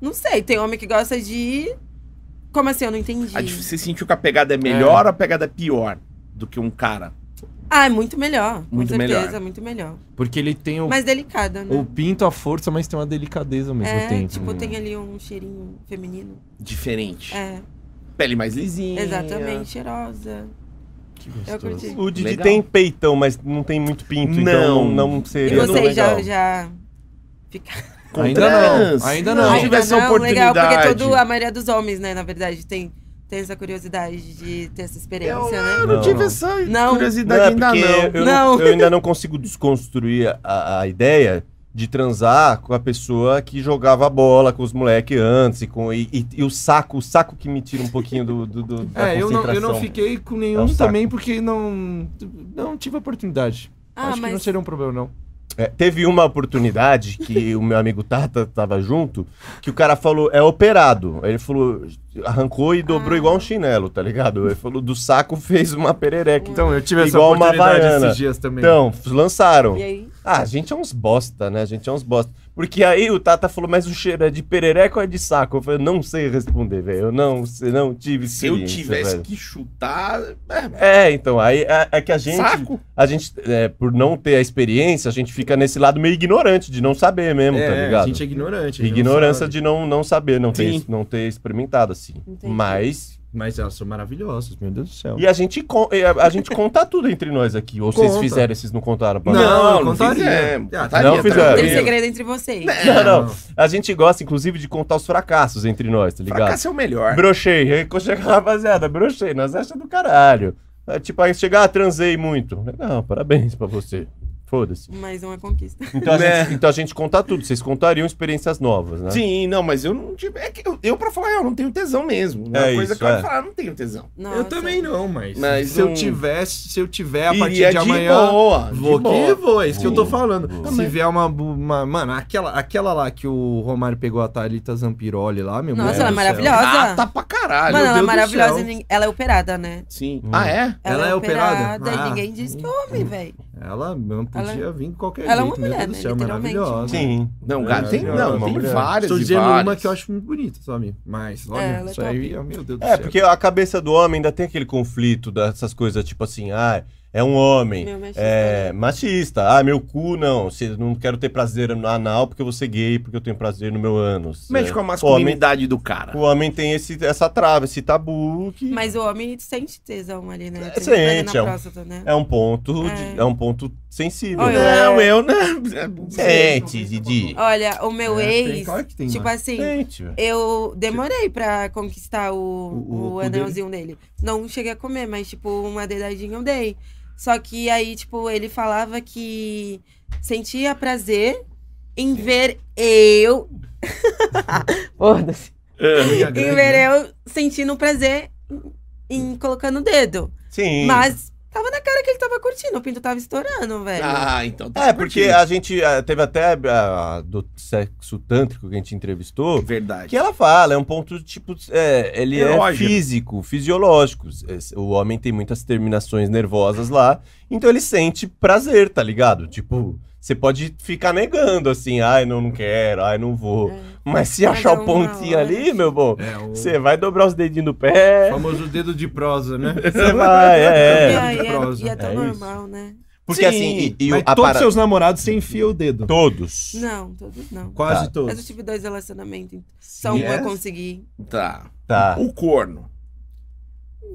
Não sei, tem homem que gosta de. Como assim? Eu não entendi.
A dif- você sentiu que a pegada é melhor ou a pegada é pior do que um cara?
Ah, é muito melhor.
Muito
com certeza,
melhor.
muito melhor.
Porque ele tem o,
Mais delicada, né?
o pinto, a força, mas tem uma delicadeza ao mesmo
é,
tempo. né?
tipo,
né?
tem ali um cheirinho feminino.
Diferente.
É,
Pele mais lisinha.
exatamente, cheirosa.
Que
Eu curti.
O Didi
Legal.
tem peitão, mas não tem muito pinto, então
Não.
não, não
E
seria tão
vocês já,
legal.
já ficaram.
Com
Ainda
trans.
não, ainda não.
Se tivesse a
legal, é
oportunidade.
porque todo, a maioria dos homens, né, na verdade, tem, tem essa curiosidade de ter essa
Eu
experiência,
ah, não,
né?
Não.
tive essa
Não.
curiosidade
é
ainda
porque
não.
Eu,
Não.
eu ainda não consigo desconstruir a, a ideia de transar com a pessoa que jogava bola com os moleques antes e, com, e, e- e o saco, o saco que me tira um pouquinho do, do- do- da
É, eu não, eu não
concentração.
fiquei com
É
nenhum
um saco.
também porque não, não tive oportunidade.
Ah,
Acho que não
mas
seria um problema, não.
É, teve uma oportunidade que o meu amigo Tata tava junto, que o cara falou, é operado. Aí Ele falou, arrancou e dobrou
Ah.
igual um chinelo, tá ligado? Ele falou, do saco fez uma perereca.
Então,
eu tive
essa Igual uma oportunidade esses Havaiana.
dias também.
Então, lançaram.
um
e aí?
Ah, a gente é uns bosta, né? A gente é uns bosta. Porque aí o Tata falou, mas o cheiro é de perereco ou é de saco? Eu falei, não sei responder, velho. Eu não, sei- não tive
Se eu
experiência,
tivesse
velho.
que chutar. É,
É, então, aí é, é que a gente,
saco.
a gente é, por não ter a experiência, a gente fica nesse lado meio ignorante, de não saber mesmo, tá
é, a
ligado?
gente é ignorante. a gente
Ignorância
não sabe.
de não, não saber, não ter,
Sim.
não ter experimentado, assim.
Entendi.
Mas.
Mas elas são maravilhosas, meu Deus do céu.
E a gente, con- e a, a gente conta tudo entre nós aqui. Ou vocês
Conta.
fizeram, vocês não contaram pra nós.
Não, contaria.
fizemos.
Ah,
Contaria,
não fizeram.
tranquilo.
é, Tem
Amigo.
segredo entre vocês.
Não, não. A gente gosta, inclusive, de contar os fracassos entre nós, tá ligado?
Fracasso é o melhor.
Brochei. Aí quando chega lá, rapaziada, brochei. Nós acha do caralho. É, tipo, aí chega, ah, transei muito. Legal, parabéns pra você. Foda-se.
Mas não é conquista.
Então, a
Né?
gente- então a gente conta tudo. Vocês contariam experiências novas, né?
Sim, não, mas eu não tive. É que eu, eu pra falar, eu não tenho tesão mesmo. É
É
uma coisa
isso,
que eu ia
é.
falar, eu não tenho tesão.
Eu também não, mas,
Mas
se
não-
eu tivesse, se eu tiver a partir
é
Iria
de amanhã,
é boa. de
vou
boa.
que vou, é isso que eu tô falando.
Boa.
Se vier uma, bu- uma- mano, aquela, aquela lá que o Romário pegou a Thalita Zampiroli lá, meu
Nossa,
Deus
ela é
do céu.
maravilhosa.
Ah, tá pra caralho.
Mano, ela é
meu Deus do céu.
maravilhosa. e nin- Ela é operada, né?
Sim. Ah, é?
Ela é operada?
e
Ah.
ninguém diz que é homem, velho.
Ela mano, podia vir de qualquer
ela é uma
jeito, meu
mulher,
Deus do
né,
céu,
literalmente.
maravilhosa.
Sim.
Não, cara, tem,
é,
não,
uma
tem
mulher.
várias
Estou
e
dizendo
várias.
uma que eu acho muito bonita, sabe? Mas, olha,
ela é
isso aí,
top.
oh, meu Deus do
É,
céu.
porque a cabeça do homem ainda tem aquele conflito dessas coisas, tipo assim, ah, é um homem.
Meu machista.
É, machista. Ah, meu cu não. Se- Não quero ter prazer no anal porque eu vou ser gay, porque eu tenho prazer no meu ânus.
Mexe
É.
com a
Homem-
masculinidade do cara.
O homem tem esse, essa trava, esse tabu que
Mas o homem sente tesão ali, né?
É,
Tem que pegar
sente,
na
é um-
próstata, né?
é um ponto,
É.
de- é um ponto sensível. né?
Olha,
Não,
É.
eu não.
Sente, Didi.
Olha, o meu
É, tem-
ex,
claro que tem,
tipo
mano.
assim,
Sente, velho.
eu demorei pra conquistar o, o,
o cu
anelzinho dele. Não cheguei a comer, mas, tipo, uma dedadinha eu dei. Só que aí, tipo, ele falava que sentia prazer em ver eu. Foda-se.
Amiga
Em
grande,
ver
né?
eu sentindo prazer em, em colocando o dedo.
Sim.
Mas tava na cara que ele tava curtindo, o pinto tava estourando, velho.
Ah, então tá.
É, porque a gente ah, teve até a, a do sexo tântrico que a gente entrevistou,
Verdade.
que ela fala, é um ponto tipo, é, ele
Erógeno.
é físico, fisiológico. Esse- O homem tem muitas terminações nervosas lá, então ele sente prazer, tá ligado? Tipo, você pode ficar negando assim, ai, não, não quero, ai, não vou.
É.
Mas se
Mas
achar
é
o
uma
pontinho
hora.
ali, meu bom,
É, o
você vai dobrar os dedinhos do pé,
famoso dedo de prosa, né?
você vai, é.
E
é.
aí,
de prosa.
é, e é tão
É isso.
normal, né?
Porque
Sim.
assim, e, e
Mas
a
todos
para...
seus namorados você enfia o dedo.
Todos.
Não, todos não.
Quase
Tá.
Mas eu
todos.
tive dois relacionamentos. Só um
Yes.
eu consegui.
Tá.
Tá.
O corno.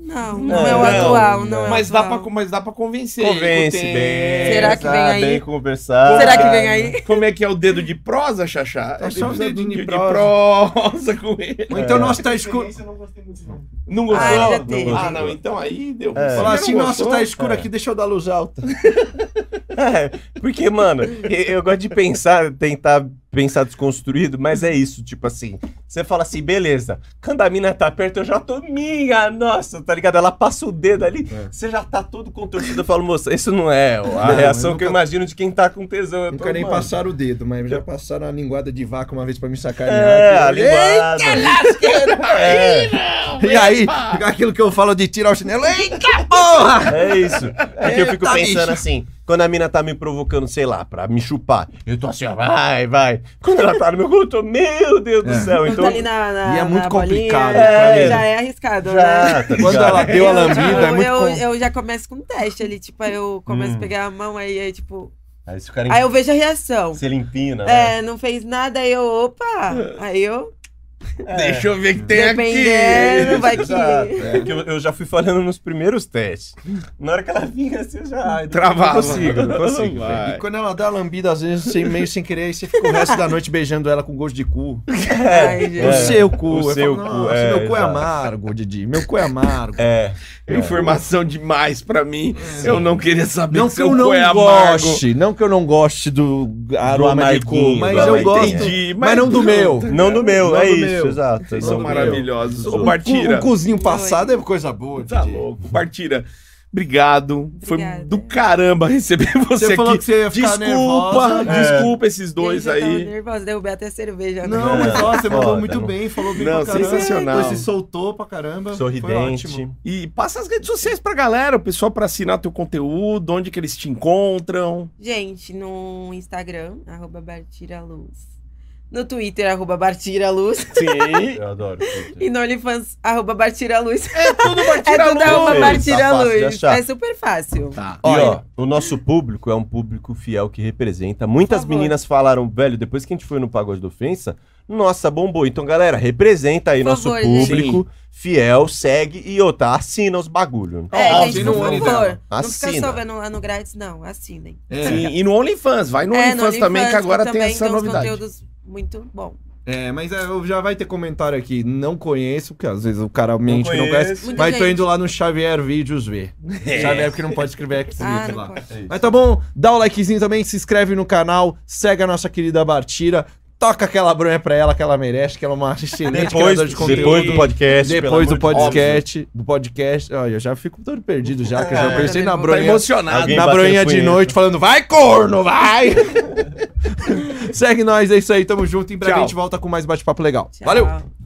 Não, não,
Não,
é o
não,
atual, não,
não.
é o
Mas dá,
atual.
pra, mas dá pra convencer.
Convence
Tem-
bem.
Será que vem
sabe,
aí?
Bem conversar.
Será que
Ah,
vem aí?
Como é que é o dedo de prosa, Xaxá?
É só um
Ele precisa de um
dedinho de
dedo de
prosa.
prosa com ele.
Ou então
É.
nós tá escuro.
Experiência eu não gostei muito, não.
Não gostou?
Ah, já
não
teve.
gostou. Ah, não, então aí deu.
É.
Se
Falar
não
assim,
gostou-
nossa, tá escuro
É.
aqui, deixa eu dar luz alta.
É, porque, mano, eu, eu gosto de pensar, tentar pensar desconstruído, mas é isso, tipo assim. Você fala assim, beleza, quando a mina tá perto, eu já tô minha, nossa, tá ligado? Ela passa o dedo ali, você já tá todo contorcido. Eu falo, moça, isso não é a reação
eu
que eu imagino de quem tá com tesão. Eu tô,
Nunca nem
mano,
passaram o dedo, mas já passaram a linguada de vaca uma vez pra me sacanear.
É, a
Aquilo-
linguada. É.
E aí, fica aquilo que eu falo de tirar o chinelo. Eita porra!
É isso. Porque eu fico
Eita,
pensando
bicho.
assim, quando a mina tá me provocando, sei lá, pra me chupar, eu tô assim, ó, vai, vai. Quando ela tá no meu cu, eu tô, meu Deus do
É.
céu.
Quando
Então,
tá ali na, na-
E é
na
muito
bolinha,
complicado
pra mim.
Já é arriscado, né?
já, tá ligado?
Quando ela deu a
Eu,
lambida,
tipo,
é muito
eu,
com-
eu já começo com um teste ali, tipo, aí eu começo a pegar a mão, aí, aí tipo.
Aí se o cara
Aí eu vejo a reação.
se ele empina, né?
É, não fez nada, aí eu, opa! Aí eu,
É.
Deixa eu ver o que tem aqui.
dependendo, vai que.
Exato. Porque É eu, eu já fui falando nos primeiros testes. Na hora que ela vinha, assim, eu já... ai,
Travava.
Não consigo, não consigo.
Vai.
velho.
E quando ela dá a lambida, às vezes, sem meio sem querer, aí você fica o resto da noite beijando ela com gosto de cu.
Ai, gente.
O
É.
seu cu.
O
Eu
seu
falo,
cu,
"Nossa,
é,
meu cu é
exato.
amargo, Didi. Meu cu é amargo.
É.
Informação demais pra mim. Eu não queria saber
É. Não
se
que eu
seu
não
cu é amargo.
goste, não que eu não goste do aroma de cu,
amarguinho,
mas
do
eu
amarguinho.
gosto, Um
Entendi,
mas,
mas
não do
não.
meu.
Não do meu,
Não
é
do
isso,
meu.
exato. Eles
Não
são
do meu.
Maravilhosos. Ô,
Um
Partira.
cu- Um cozinho passado é coisa boa,
Tá
Didi.
louco. Partira. Obrigado. Foi
Obrigada.
do caramba receber você,
Você falou
aqui.
que você ia ficar
desculpa,
nervosa. É.
desculpa esses dois
Gente, eu tava
aí.
nervosa, derrubei até a cerveja. né?
Não, mas ó, você
Foda,
mandou muito
não.
bem, falou bem
Não,
pra caramba.
sensacional.
Se soltou pra caramba. Foi
Sorridente.
ótimo.
E passa as redes sociais pra galera, o pessoal pra assinar teu conteúdo, onde que eles te encontram.
Gente, no Instagram, arroba Bartiraluz. No Twitter, arroba Bartiraluz.
Sim.
Eu adoro. Peter.
E no OnlyFans, arroba Bartiraluz.
é tudo
É
Partira
tudo
Luz.
Tá
arroba
fácil de
Bartiraluz.
achar.
É super fácil.
Tá.
E ó,
Olha.
o nosso público é um público fiel que representa. Muitas
favor.
meninas falaram, velho, depois que a gente foi no Pagode da Ofensa, nossa, bombou. Então, galera, representa aí
Por
nosso
favor, gente.
público fiel, segue e outra, assina os bagulho.
É,
Ó,
gente,
assina
por
o Only
favor.
dela.
Não fica
Assina.
só vendo lá no grátis, não. Assinem.
É.
Sim, e no OnlyFans, vai no
É,
OnlyFans também, que agora tem essa
uns
novidade.
conteúdos muito bom.
É, mas é, eu já vai ter comentário aqui. Não conheço, porque às vezes o cara mente que não
conheço.
conhece.
Muita
mas tô
gente.
indo lá no Xavier Vídeos ver.
É.
Xavier, é porque não pode escrever x
Ah, não
lá.
pode.
Mas tá bom, dá o likezinho também, se inscreve no canal, segue a nossa querida Bartira, toca aquela bronha pra ela que ela merece, que ela é uma excelente criadora de conteúdo.
depois do podcast. pelo
Depois
amor
do
de-
podcast, do podcast, olha, eu já fico todo perdido já, que eu já
É,
pensei na
tá
Tá
bronha,
emocionado.
Alguém
na
bateu
bronha de
punheta.
noite falando, vai corno, vai! Segue nós, é isso aí, tamo junto, em breve
Tchau.
a gente volta com mais bate-papo legal.
Tchau.
Valeu!